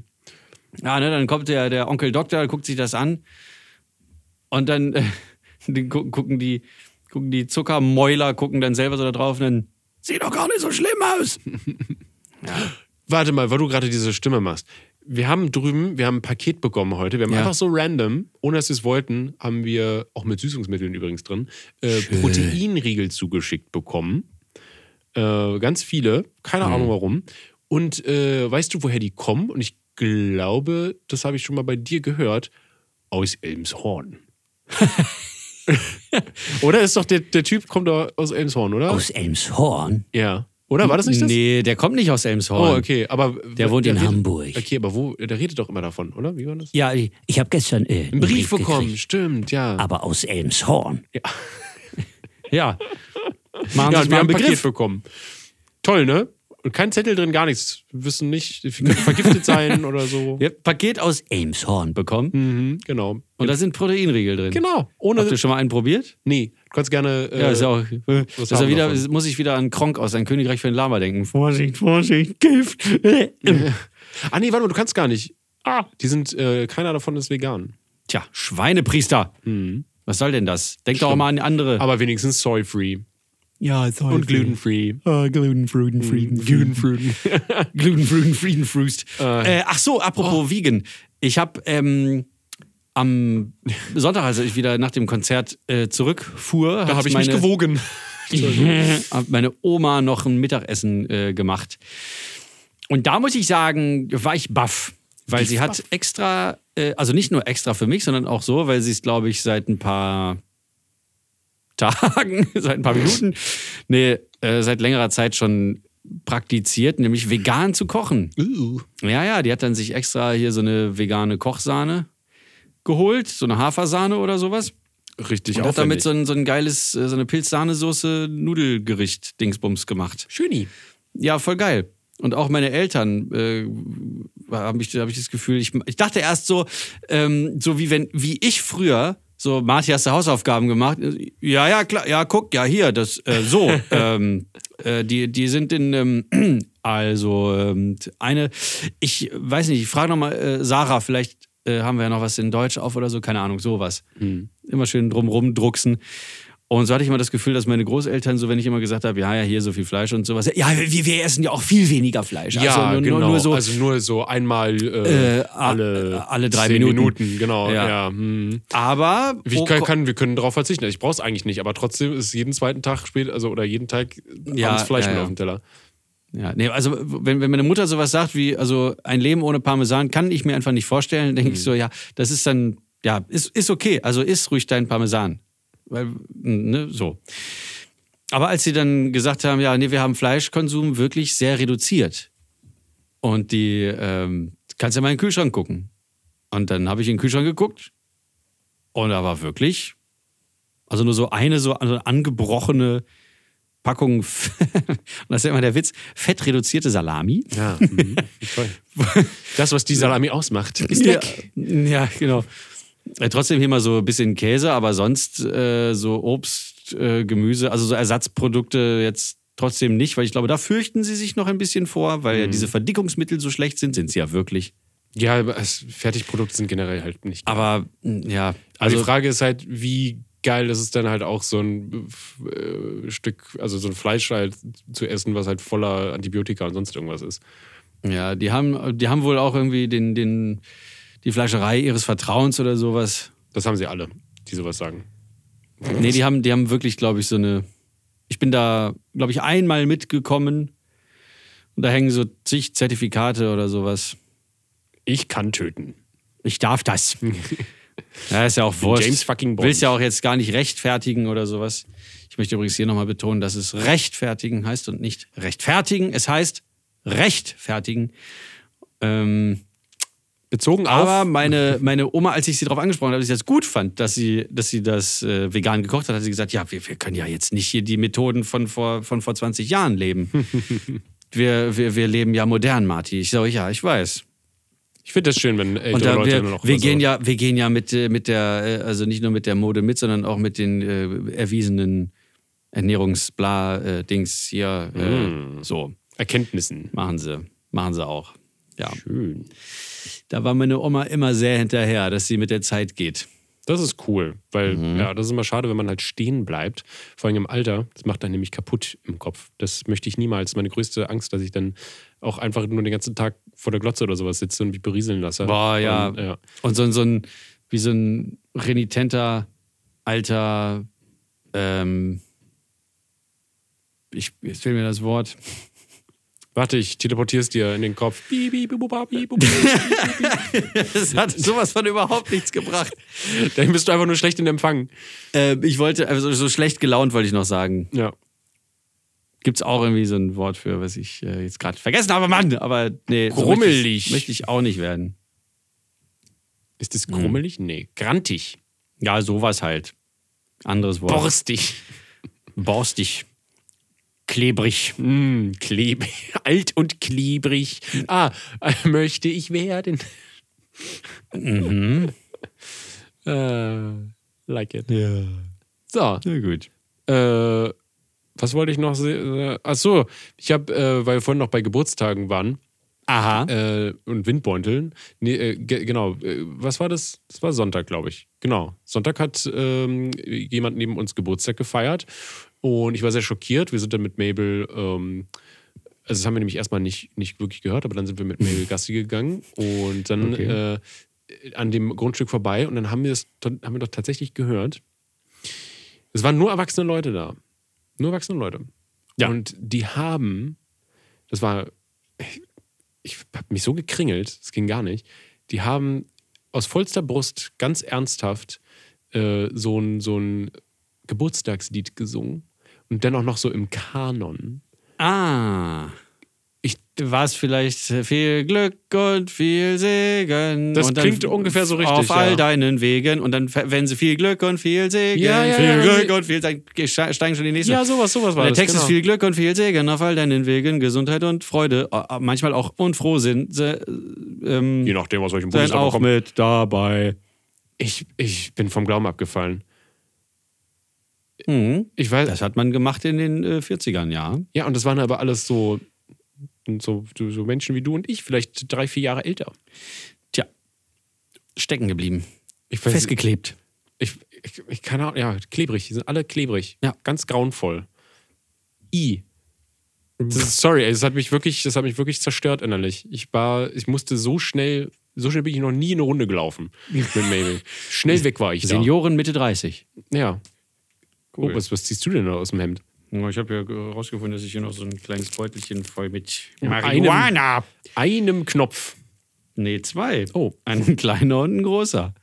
Speaker 2: Ja, ne, dann kommt der, der Onkel Doktor, guckt sich das an. Und dann, äh, die gu- gucken, die, gucken die Zuckermäuler, gucken dann selber so da drauf und dann sieht doch gar nicht so schlimm aus.
Speaker 1: Warte mal, weil du gerade diese Stimme machst. Wir haben drüben, wir haben ein Paket bekommen heute. Wir haben
Speaker 2: Ja.
Speaker 1: einfach so random, ohne dass wir es wollten, haben wir, auch mit Süßungsmitteln übrigens drin, äh, Proteinriegel zugeschickt bekommen. Äh, ganz viele, keine Ahnung warum. Und äh, weißt du, woher die kommen? Und ich glaube, das habe ich schon mal bei dir gehört, aus Elmshorn. oder ist doch der, der Typ kommt doch aus Elmshorn, oder?
Speaker 2: Elmshorn?
Speaker 1: ja. Oder war das nicht das?
Speaker 2: Nee, der kommt nicht aus Elmshorn.
Speaker 1: Oh, okay, aber.
Speaker 2: Der wohnt in
Speaker 1: redet-
Speaker 2: Hamburg.
Speaker 1: Okay, aber wo, der redet doch immer davon, oder? Wie war das?
Speaker 5: Ja, ich, ich habe gestern äh, einen
Speaker 1: Einen Brief bekommen,
Speaker 5: gekriegt,
Speaker 1: stimmt, ja.
Speaker 5: aber aus Elmshorn.
Speaker 2: Ja. Machen
Speaker 1: Ja,
Speaker 2: Sie
Speaker 1: und
Speaker 2: sich
Speaker 1: wir
Speaker 2: mal
Speaker 1: haben
Speaker 2: einen
Speaker 1: ein Paket
Speaker 2: Begriff.
Speaker 1: bekommen. Toll, ne? Und kein Zettel drin, gar nichts. Wir wissen nicht, wir können vergiftet sein oder so.
Speaker 2: Wir haben ein Paket aus Ameshorn bekommen.
Speaker 1: Mhm, genau.
Speaker 2: Und da sind Proteinriegel drin.
Speaker 1: Genau.
Speaker 2: Habt
Speaker 1: Ohne.
Speaker 2: ihr schon mal einen probiert?
Speaker 1: Nee, du kannst gerne. Äh,
Speaker 2: Ja, ist ja auch.
Speaker 1: was
Speaker 2: Das ist ja
Speaker 1: haben wir
Speaker 2: wieder,
Speaker 1: davon?
Speaker 2: muss ich wieder an Kronk aus Ein Königreich für ein Lama denken. Vorsicht, Vorsicht, Gift.
Speaker 1: Ah, nee, warte mal, du kannst gar nicht. Ah, die sind, äh, keiner davon ist vegan.
Speaker 2: Tja, Schweinepriester.
Speaker 1: Mhm.
Speaker 2: Was soll denn das? Denkt doch auch mal an andere.
Speaker 1: Aber wenigstens soy-free
Speaker 2: ja,
Speaker 1: und gluten-free.
Speaker 2: Äh,
Speaker 1: Mm,
Speaker 2: Gluten, Früden, Frieden, Gluten, Früden. Gluten, Früden, Frieden, Früst.
Speaker 1: Ah.
Speaker 2: Äh, ach so, apropos
Speaker 1: Oh.
Speaker 2: Vegan. Ich habe ähm, am Sonntag, als ich wieder nach dem Konzert äh, zurückfuhr,
Speaker 1: Da
Speaker 2: hat
Speaker 1: habe ich mich
Speaker 2: meine,
Speaker 1: gewogen.
Speaker 2: hat Mhm. meine Oma noch ein Mittagessen äh, gemacht. Und da muss ich sagen, war ich baff. Weil sie hat extra, äh, also nicht nur extra für mich, sondern auch so, weil sie es, glaube ich, seit ein paar Tagen, seit ein paar Minuten, nee, äh, seit längerer Zeit schon praktiziert, nämlich vegan zu kochen. Ja, ja, die hat dann sich extra hier so eine vegane Kochsahne geholt, so eine Hafersahne oder sowas.
Speaker 1: Richtig,
Speaker 2: Und hat damit so ein, so ein geiles, äh, so eine Pilz-Sahnesoße-Nudelgericht Dingsbums gemacht.
Speaker 1: Schöni.
Speaker 2: Ja, voll geil. Und auch meine Eltern äh, habe ich, hab ich das Gefühl, ich, ich dachte erst so, ähm, so wie wenn, wie ich früher, so, Marti, hast du Hausaufgaben gemacht? Ja, ja, klar, ja, guck, ja, hier, das, äh, so, ähm, äh, die, die sind in, ähm, also, ähm, eine, ich weiß nicht, ich frage nochmal, äh, Sarah, vielleicht äh, haben wir ja noch was in Deutsch auf oder so, keine Ahnung, sowas. Immer schön drumrum drucksen. Und so hatte ich immer das Gefühl, dass meine Großeltern, so wenn ich immer gesagt habe, ja, ja, hier so viel Fleisch und sowas, ja, wir, wir essen ja auch viel weniger Fleisch.
Speaker 1: Ja,
Speaker 2: also nur,
Speaker 1: genau.
Speaker 2: nur, nur so,
Speaker 1: also nur so einmal äh,
Speaker 2: Äh, a-
Speaker 1: alle,
Speaker 2: alle drei
Speaker 1: zehn
Speaker 2: Minuten.
Speaker 1: Genau, ja.
Speaker 2: Ja.
Speaker 1: hm.
Speaker 2: aber
Speaker 1: Wie
Speaker 2: oh
Speaker 1: kann,
Speaker 2: Gott,
Speaker 1: kann, wir können darauf verzichten. Also Ich brauche es eigentlich nicht, aber trotzdem ist jeden zweiten Tag spät, also oder jeden Tag
Speaker 2: Ja,
Speaker 1: abends Fleisch
Speaker 2: ja,
Speaker 1: mit
Speaker 2: ja.
Speaker 1: auf dem Teller.
Speaker 2: Ja, nee, also wenn, wenn meine Mutter sowas sagt wie, also ein Leben ohne Parmesan kann ich mir einfach nicht vorstellen, denke
Speaker 1: Mhm.
Speaker 2: ich so, ja, das ist dann, ja, ist, ist okay, also isst ruhig dein Parmesan. Weil, ne, so. Aber als sie dann gesagt haben, ja, nee, wir haben Fleischkonsum wirklich sehr reduziert. Und die, ähm, kannst ja mal in den Kühlschrank gucken. Und dann habe ich in den Kühlschrank geguckt und da war wirklich, also nur so eine so eine angebrochene Packung, und das ist ja immer der Witz, fettreduzierte Salami.
Speaker 1: Ja, mhm. toll. Das, was die Salami ausmacht, ist
Speaker 2: ja,
Speaker 1: weg.
Speaker 2: ja, genau. Äh, Trotzdem hier mal so ein bisschen Käse, aber sonst äh, so Obst, äh, Gemüse, also so Ersatzprodukte jetzt trotzdem nicht, weil ich glaube, da fürchten sie sich noch ein bisschen vor, weil ja
Speaker 1: Mhm.
Speaker 2: diese Verdickungsmittel so schlecht sind, sind sie ja wirklich.
Speaker 1: Ja, aber es- Fertigprodukte sind generell halt nicht.
Speaker 2: Aber mh, ja,
Speaker 1: Also die
Speaker 2: also
Speaker 1: Frage ist halt, wie geil ist es dann halt auch so ein äh, Stück, also so ein Fleisch halt zu essen, was halt voller Antibiotika und sonst irgendwas ist.
Speaker 2: ja, die haben, die haben wohl auch irgendwie den, den, die Fleischerei ihres Vertrauens oder sowas.
Speaker 1: Das haben sie alle, die sowas sagen.
Speaker 2: Nee, die haben, die haben wirklich, glaube ich, so eine. Ich bin da, glaube ich, einmal mitgekommen und da hängen so zig Zertifikate oder sowas.
Speaker 1: Ich kann töten.
Speaker 2: Ich darf das. ja, ist ja auch wurscht.
Speaker 1: James fucking Bond.
Speaker 2: Willst ja auch jetzt gar nicht rechtfertigen oder sowas. Ich möchte übrigens hier nochmal betonen, dass es rechtfertigen heißt und nicht rechtfertigen. Es heißt rechtfertigen. Ähm,
Speaker 1: Bezogen
Speaker 2: aber
Speaker 1: auf.
Speaker 2: meine, meine Oma, als ich sie darauf angesprochen habe, dass ich das gut fand, dass sie, dass sie das äh, vegan gekocht hat, hat sie gesagt, ja, wir, wir können ja jetzt nicht hier die Methoden von vor, von vor 20 Jahren leben. wir, wir, wir leben ja modern, Marti. Ich sage, ja, ich weiß.
Speaker 1: Ich finde das schön, wenn ältere
Speaker 2: Und da
Speaker 1: Leute
Speaker 2: wir,
Speaker 1: immer noch
Speaker 2: wir
Speaker 1: so-
Speaker 2: gehen ja, wir gehen ja mit, äh, mit der, äh, also nicht nur mit der Mode mit, sondern auch mit den äh, erwiesenen Ernährungsbla-Dings hier. Äh, So,
Speaker 1: Erkenntnissen.
Speaker 2: machen sie. Machen sie auch. Ja.
Speaker 1: Schön.
Speaker 2: Da war meine Oma immer sehr hinterher, dass sie mit der Zeit geht.
Speaker 1: Das ist cool, weil
Speaker 2: Mhm.
Speaker 1: ja, das ist immer schade, wenn man halt stehen bleibt, vor allem im Alter. Das macht einen nämlich kaputt im Kopf. Das möchte ich niemals. Meine größte Angst, dass ich dann auch einfach nur den ganzen Tag vor der Glotze oder sowas sitze und mich berieseln lasse.
Speaker 2: Boah, ja.
Speaker 1: Und, ja.
Speaker 2: Und so, so ein, wie so ein renitenter, alter, ähm, ich, jetzt fehlt mir das Wort.
Speaker 1: Warte, ich teleportiere es dir in den Kopf. Bi, bi, bu, bu, ba, bi, bu, bu, bi.
Speaker 2: Das hat sowas von überhaupt nichts gebracht.
Speaker 1: dann bist du einfach nur schlecht in Empfang.
Speaker 2: Ähm, ich wollte, also so schlecht gelaunt wollte ich noch sagen.
Speaker 1: Ja.
Speaker 2: Gibt's auch irgendwie so ein Wort für, was ich äh, jetzt gerade vergessen habe, Mann. Aber nee, so Möchte
Speaker 1: Grummelig.
Speaker 2: ich, möchte ich auch nicht werden.
Speaker 1: Ist
Speaker 2: Mhm.
Speaker 1: das grummelig? Nee. Grantig.
Speaker 2: Ja, sowas halt. Anderes Wort.
Speaker 1: Borstig.
Speaker 2: borstig, klebrig.
Speaker 1: Mm, klebrig. Alt und klebrig. Ah, äh, möchte ich werden. Mhm. äh, like it.
Speaker 6: Ja.
Speaker 1: So,
Speaker 6: Na gut.
Speaker 1: äh, was wollte ich noch sehen? Äh, Achso, ich habe, äh, weil wir vorhin noch bei Geburtstagen waren
Speaker 2: Aha.
Speaker 1: äh, und Windbeuteln. Nee, äh, ge genau, äh, was war das? Das war Sonntag, glaube ich. Genau. Sonntag hat ähm, jemand neben uns Geburtstag gefeiert und ich war sehr schockiert. Wir sind dann mit Mabel. Ähm, also das haben wir nämlich erstmal nicht, nicht wirklich gehört, aber dann sind wir mit Mabel Gassi gegangen und dann äh, an dem Grundstück vorbei und dann haben wir es haben wir doch tatsächlich gehört. Es waren nur erwachsene Leute da. Nur erwachsene Leute.
Speaker 2: Ja.
Speaker 1: Und die haben, das war, ich habe mich so gekringelt, es ging gar nicht. Die haben aus vollster Brust ganz ernsthaft äh, so ein, so ein Geburtstagslied gesungen und dennoch noch so im Kanon.
Speaker 2: Ah.
Speaker 1: Ich-
Speaker 2: war es vielleicht viel Glück und viel Segen.
Speaker 1: Das
Speaker 2: und dann
Speaker 1: klingt ungefähr so richtig,
Speaker 2: Auf all
Speaker 1: ja.
Speaker 2: deinen Wegen. Und dann, wenn sie viel Glück und viel Segen,
Speaker 1: Ja, ja,
Speaker 2: viel
Speaker 1: ja,
Speaker 2: Glück
Speaker 1: sie-
Speaker 2: und viel, dann ge- ste- steigen schon die nächsten.
Speaker 1: Ja, sowas, sowas war
Speaker 2: der
Speaker 1: das,
Speaker 2: Text
Speaker 1: genau.
Speaker 2: ist viel Glück und viel Segen ne, auf all deinen Wegen, Gesundheit und Freude, äh, manchmal auch und Frohsinn, se- ähm,
Speaker 1: Je nachdem, aus welchem
Speaker 2: seien
Speaker 1: Bundesland man
Speaker 2: auch
Speaker 1: kommt.
Speaker 2: mit dabei.
Speaker 1: Ich, ich bin vom Glauben abgefallen.
Speaker 2: Mhm.
Speaker 1: Ich weiß,
Speaker 2: Das hat man gemacht in den äh, 40ern, ja.
Speaker 1: ja, und das waren aber alles so, so, so Menschen wie du und ich, vielleicht drei, vier Jahre älter.
Speaker 2: Tja, stecken geblieben,
Speaker 1: Ich weiß,
Speaker 2: festgeklebt.
Speaker 1: ich, ich, ich keine Ahnung, ja, klebrig, die sind alle klebrig.
Speaker 2: Ja.
Speaker 1: Ganz grauenvoll. I.
Speaker 2: Mhm.
Speaker 1: Das ist, sorry, ey, das hat mich wirklich, das hat mich wirklich zerstört innerlich. Ich war, ich musste so schnell, so schnell bin ich noch nie in eine Runde gelaufen mit Mabel. Schnell weg war ich da.
Speaker 2: Senioren Mitte 30.
Speaker 1: Ja. Oh, was, was ziehst du denn da aus dem Hemd?
Speaker 2: Ich habe ja herausgefunden, dass ich hier noch so ein kleines Beutelchen voll mit
Speaker 1: Marihuana. Einem Knopf.
Speaker 2: Nee, zwei.
Speaker 1: Oh.
Speaker 2: Ein kleiner und ein großer.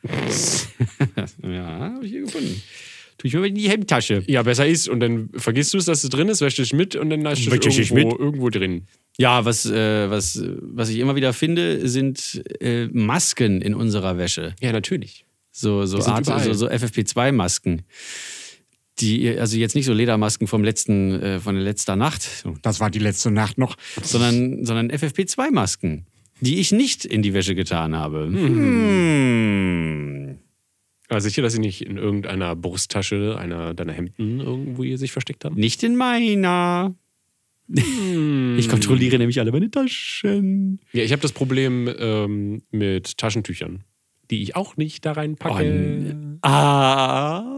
Speaker 2: ja, habe ich hier gefunden. Tue ich mir mal in die Hemdtasche.
Speaker 1: Ja, besser ist. Und dann vergisst du es, dass es drin ist, wäschst dich mit und dann hast du
Speaker 2: Wäschst
Speaker 1: es
Speaker 2: dich
Speaker 1: irgendwo, irgendwo drin.
Speaker 2: Ja, was, äh, was, äh, was ich immer wieder finde, sind äh, Masken in unserer Wäsche.
Speaker 1: Ja, natürlich.
Speaker 2: So, so,
Speaker 1: sind
Speaker 2: Art,
Speaker 1: überall.
Speaker 2: so, so FFP2-Masken. Die, also jetzt nicht so Ledermasken vom letzten, äh, von der letzter Nacht,
Speaker 7: Oh, Das war die letzte Nacht noch.
Speaker 2: sondern, sondern FFP2-Masken, die ich nicht in die Wäsche getan habe. Hm.
Speaker 1: Aber Äh, sicher, dass sie nicht in irgendeiner Brusttasche einer deiner Hemden irgendwo hier sich versteckt haben?
Speaker 2: Nicht in meiner. Ich kontrolliere nämlich alle meine Taschen.
Speaker 1: Ja, ich habe das Problem ähm, mit Taschentüchern, die ich auch nicht da
Speaker 2: Oh,
Speaker 1: reinpacke.
Speaker 2: Ah.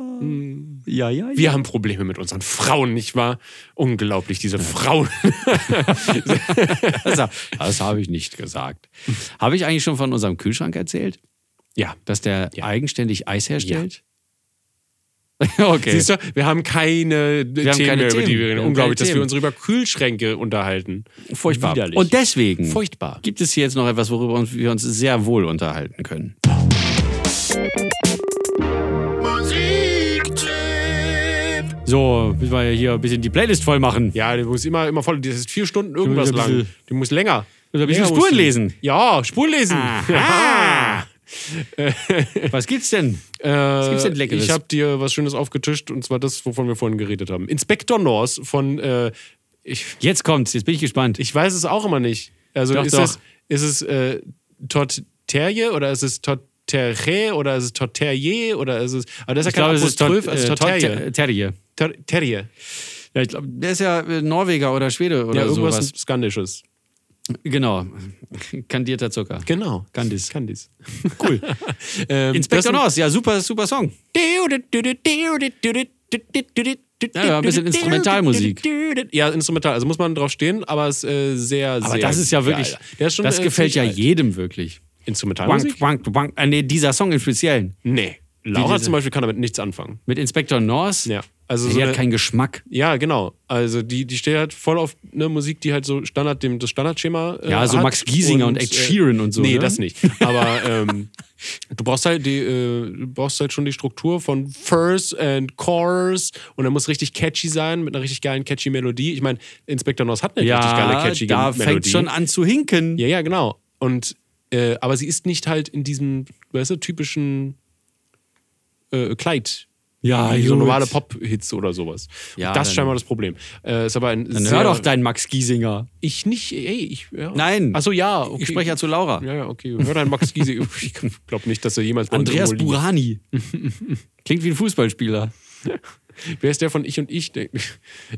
Speaker 2: Ja, ja, ja.
Speaker 1: Wir haben Probleme mit unseren Frauen, nicht wahr? Unglaublich, diese Frauen.
Speaker 2: Das, das habe ich nicht gesagt. Habe ich eigentlich schon von unserem Kühlschrank erzählt?
Speaker 1: Ja.
Speaker 2: Dass der
Speaker 1: Ja.
Speaker 2: eigenständig Eis herstellt? Okay.
Speaker 1: Siehst du, wir haben keine äh, Themen,
Speaker 2: haben keine
Speaker 1: mehr, über die wir
Speaker 2: Themen. Wir
Speaker 1: reden.
Speaker 2: haben
Speaker 1: Unglaublich,
Speaker 2: keine
Speaker 1: dass wir
Speaker 2: Themen.
Speaker 1: uns über Kühlschränke unterhalten.
Speaker 2: Furchtbar.
Speaker 1: Widerlich.
Speaker 2: Und deswegen
Speaker 1: Furchtbar.
Speaker 2: gibt es hier jetzt noch etwas, worüber uns- wir uns sehr wohl unterhalten können. So, müssen wir ja hier ein bisschen die Playlist voll machen.
Speaker 1: Ja, du musst immer, immer voll. Das ist vier Stunden irgendwas
Speaker 2: ein bisschen-
Speaker 1: lang. Du musst länger.
Speaker 2: Du musst ein bisschen
Speaker 1: Länger
Speaker 2: Spuren
Speaker 1: musst du.
Speaker 2: lesen.
Speaker 1: Ja, Spuren lesen.
Speaker 2: Ah. Was gibt's denn?
Speaker 1: Was
Speaker 2: gibt's denn Leckeres?
Speaker 1: Äh, Ich habe dir was Schönes aufgetischt und zwar das, wovon wir vorhin geredet haben. Inspektor Norse von, äh, ich,
Speaker 2: Jetzt kommt's, jetzt bin ich gespannt.
Speaker 1: ich weiß es auch immer nicht. Also
Speaker 2: Doch,
Speaker 1: ist,
Speaker 2: doch.
Speaker 1: Es, ist es äh, Torterje oder ist es Torterje oder ist es Torterje oder ist es. Aber das ist
Speaker 2: ich
Speaker 1: ja kein
Speaker 2: glaube, es ist äh,
Speaker 1: Apostroph, also es ist Torterje.
Speaker 2: Ter- Terrier.
Speaker 1: Ter- Terje.
Speaker 2: Ja, ich glaube, der ist ja äh, Norweger oder Schwede oder
Speaker 1: Ja, irgendwas
Speaker 2: sowas.
Speaker 1: Skandisches.
Speaker 2: Genau. Kandierter Zucker.
Speaker 1: Genau.
Speaker 2: Kandis.
Speaker 1: Kandis. Cool. ähm,
Speaker 2: Inspektor
Speaker 1: das-
Speaker 2: Norse, ja, super, super Song.
Speaker 1: Ja,
Speaker 2: ja, ein bisschen Instrumentalmusik.
Speaker 1: Ja, instrumental. Also muss man drauf stehen, aber es ist äh, sehr, sehr.
Speaker 2: Aber das ist ja wirklich,
Speaker 1: geil. Der ist schon,
Speaker 2: das
Speaker 1: äh,
Speaker 2: gefällt ja
Speaker 1: ziemlich alt.
Speaker 2: jedem wirklich.
Speaker 1: Instrumentalmusik?
Speaker 2: wank, wank. Ah, nee, dieser Song im Speziellen.
Speaker 1: Nee. Laura
Speaker 2: diese-
Speaker 1: zum Beispiel kann damit nichts anfangen.
Speaker 2: Mit Inspektor Norse.
Speaker 1: Ja. Also
Speaker 2: Der
Speaker 1: so
Speaker 2: hat
Speaker 1: eine-
Speaker 2: keinen Geschmack.
Speaker 1: Ja, genau. Also die, die steht halt voll auf ne, Musik, die halt so Standard, dem, das Standardschema. Äh,
Speaker 2: Ja, so
Speaker 1: hat. äh,
Speaker 2: Max Giesinger und Ed Sheeran und so,
Speaker 1: Nee,
Speaker 2: ne?
Speaker 1: das nicht. Aber ähm, du brauchst halt die, äh, du brauchst halt schon die Struktur von Verse and Chorus und er muss richtig catchy sein mit einer richtig geilen catchy Melodie. Ich meine, Inspector Noss hat eine richtig geile catchy
Speaker 2: da
Speaker 1: Melodie.
Speaker 2: fängt schon an zu hinken.
Speaker 1: Ja, ja, genau. Und äh, aber sie ist nicht halt in diesem, weißt du, typischen äh, Kleid. Ja, so
Speaker 8: gut.
Speaker 1: normale Pop-Hits oder sowas. Und
Speaker 2: Ja,
Speaker 1: das
Speaker 2: dann-
Speaker 1: ist scheinbar das Problem. Äh, ist aber ein
Speaker 2: Dann
Speaker 1: sehr,
Speaker 2: hör doch deinen Max Giesinger.
Speaker 1: Ich nicht, ey, ich. Ja.
Speaker 2: Nein.
Speaker 1: Achso, ja. Okay.
Speaker 2: Ich spreche ja zu Laura.
Speaker 1: Ja, ja, okay. Hör deinen Max Giese. Ich glaube nicht, dass er jemals bei uns
Speaker 2: Andreas
Speaker 1: irgendwo liegt.
Speaker 2: Burani. Klingt wie ein Fußballspieler.
Speaker 1: Wer ist der von Ich und Ich? Der-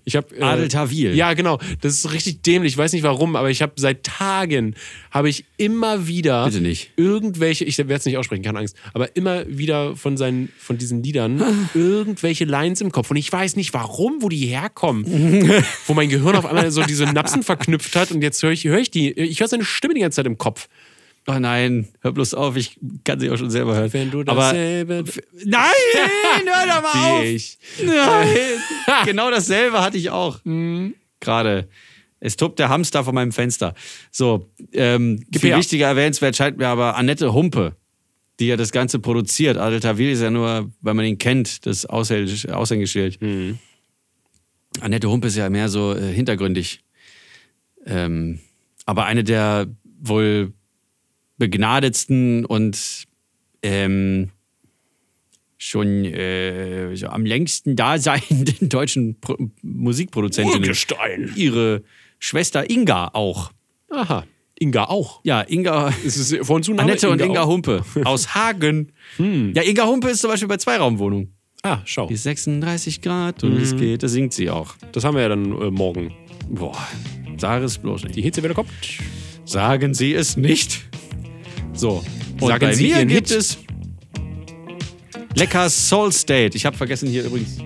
Speaker 1: Ich habe äh,
Speaker 2: Adel Tawil.
Speaker 1: Ja, genau. Das ist richtig dämlich. Ich weiß nicht warum, aber ich habe seit Tagen habe ich immer wieder
Speaker 2: Bitte nicht.
Speaker 1: irgendwelche. Ich werde es nicht aussprechen, keine Angst. Aber immer wieder von seinen von diesen Liedern irgendwelche Lines im Kopf und ich weiß nicht warum, wo die herkommen, wo mein Gehirn auf einmal so diese Napsen verknüpft hat und jetzt höre ich höre ich die. Ich höre seine Stimme die ganze Zeit im Kopf.
Speaker 2: Oh nein, hör bloß auf, ich kann sie auch schon selber hören.
Speaker 1: Wenn du
Speaker 2: Aber
Speaker 1: dasselbe
Speaker 2: nein, hör doch mal auf.
Speaker 1: wie ich.
Speaker 2: Nein. genau dasselbe hatte ich auch. Gerade. Es tobt der Hamster vor meinem Fenster. So, ähm, viel
Speaker 1: her.
Speaker 2: wichtiger erwähnenswert scheint mir aber Annette Humpe, die ja das Ganze produziert. Adel Tawil ist ja nur, weil man ihn kennt, das Aushäng- Aushängeschild. Annette Humpe ist ja mehr so äh, hintergründig. Ähm, aber eine der wohl begnadetsten und ähm, schon äh, so am längsten daseinenden deutschen Pro Musikproduzentinnen.
Speaker 1: Urgestein.
Speaker 2: Ihre Schwester Inga auch.
Speaker 1: Aha. Inga auch.
Speaker 2: Ja, Inga.
Speaker 1: Es ist von Zunahme
Speaker 2: Annette und Inga
Speaker 1: Genau, auch. Hm.
Speaker 2: Humpe aus Hagen. Ja, Inga Humpe ist zum Beispiel bei Zweiraumwohnung.
Speaker 1: Ah, schau.
Speaker 2: Die ist 36 Grad und
Speaker 1: Mhm.
Speaker 2: es geht, da singt sie auch.
Speaker 1: Das haben wir ja dann äh, morgen.
Speaker 2: Boah, sag es bloß nicht.
Speaker 1: Die Hitze wieder kommt.
Speaker 2: Sagen Sie es nicht. So, und
Speaker 1: Sagen
Speaker 2: bei
Speaker 1: Sie
Speaker 2: mir
Speaker 1: Ihren
Speaker 2: gibt
Speaker 1: Hit.
Speaker 2: es lecker Soul State. Ich habe vergessen hier übrigens.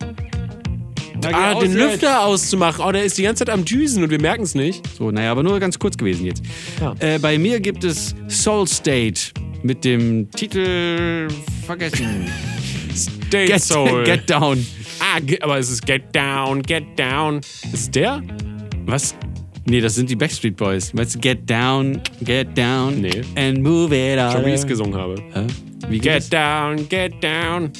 Speaker 2: Na, geh
Speaker 1: Ah,
Speaker 2: raus
Speaker 1: den
Speaker 2: jetzt.
Speaker 1: Lüfter auszumachen. Oh, der ist die ganze Zeit am Düsen und wir merken es nicht.
Speaker 2: So, naja, aber nur ganz kurz gewesen jetzt.
Speaker 1: Ja.
Speaker 2: Äh, bei mir gibt es Soul State mit dem Titel vergessen.
Speaker 1: Date
Speaker 2: Get,
Speaker 1: Soul.
Speaker 2: get Down.
Speaker 1: ah, ge- aber es ist Get Down, Get Down. Ist der?
Speaker 2: Was? Nee, das sind die Backstreet Boys. Meinst du Get Down, Get Down
Speaker 1: Nee.
Speaker 2: and Move It Out?
Speaker 1: Schon wie ich es gesungen habe.
Speaker 2: Hä? Wie geht das?
Speaker 1: Get Down, Get Down.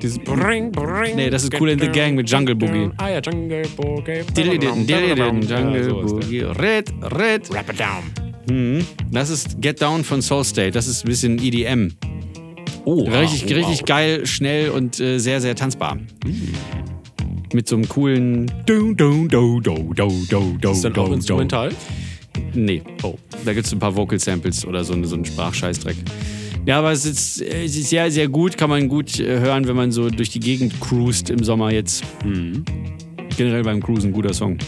Speaker 1: Dieses Bring, Bring.
Speaker 2: Nee, das ist
Speaker 1: Get
Speaker 2: Cool in the
Speaker 1: down,
Speaker 2: Gang mit Jungle
Speaker 1: get down.
Speaker 2: Boogie.
Speaker 1: Ah ja, Jungle Boogie.
Speaker 2: Dilidin, dilidin,
Speaker 1: Ja,
Speaker 2: Jungle
Speaker 1: so ist der.
Speaker 2: Boogie. Red, red.
Speaker 1: Rap it down.
Speaker 2: Das ist Get Down von Soul State. Das ist ein bisschen EDM.
Speaker 1: Oh,
Speaker 2: Richtig,
Speaker 1: wow,
Speaker 2: richtig
Speaker 1: wow.
Speaker 2: geil, schnell und äh, sehr, sehr tanzbar. Mit so einem coolen. Do, do, do, do, do, do, do,
Speaker 1: Ist dann auch instrumental?
Speaker 2: Nee. Oh. Da gibt es ein paar Vocal Samples oder so, so einen Sprachscheißdreck. Ja, aber es ist, äh, es ist sehr, sehr gut. Kann man gut äh, hören, wenn man so durch die Gegend cruist im Sommer jetzt.
Speaker 1: Mhm.
Speaker 2: Generell beim Cruisen, guter Song.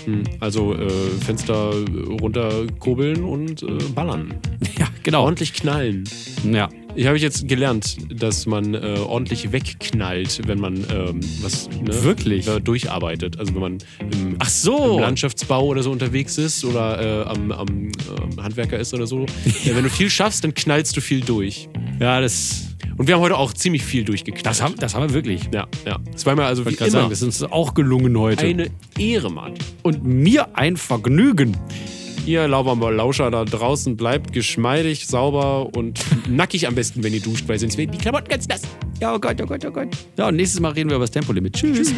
Speaker 1: Also äh, Fenster runterkurbeln und äh, ballern.
Speaker 2: Ja, genau.
Speaker 1: Ordentlich knallen.
Speaker 2: Ja.
Speaker 1: Ich habe jetzt gelernt, dass man äh, ordentlich wegknallt, wenn man ähm, was ne,
Speaker 2: Wirklich?
Speaker 1: äh, durcharbeitet. Also wenn man im,
Speaker 2: Ach so.
Speaker 1: im Landschaftsbau oder so unterwegs ist oder äh, am, am ähm, Handwerker ist oder so. Ja, wenn du viel schaffst, dann knallst du viel durch.
Speaker 2: Ja, das,
Speaker 1: Und wir haben heute auch ziemlich viel durchgeknallt.
Speaker 2: das, haben, das haben wir wirklich.
Speaker 1: ja, ja. Zweimal also wie
Speaker 2: Ich kann
Speaker 1: immer.
Speaker 2: sagen, das ist uns auch gelungen heute.
Speaker 1: eine Ehre, Mann.
Speaker 2: und mir ein Vergnügen.
Speaker 1: Ihr Lauber Lauscher da draußen bleibt geschmeidig, sauber und nackig am besten, wenn ihr duscht, weil sonst werden die Klamotten ganz nass.
Speaker 2: Ja, oh Gott, oh Gott, oh Gott. Ja, und nächstes Mal reden wir über das Tempolimit. Tschüss.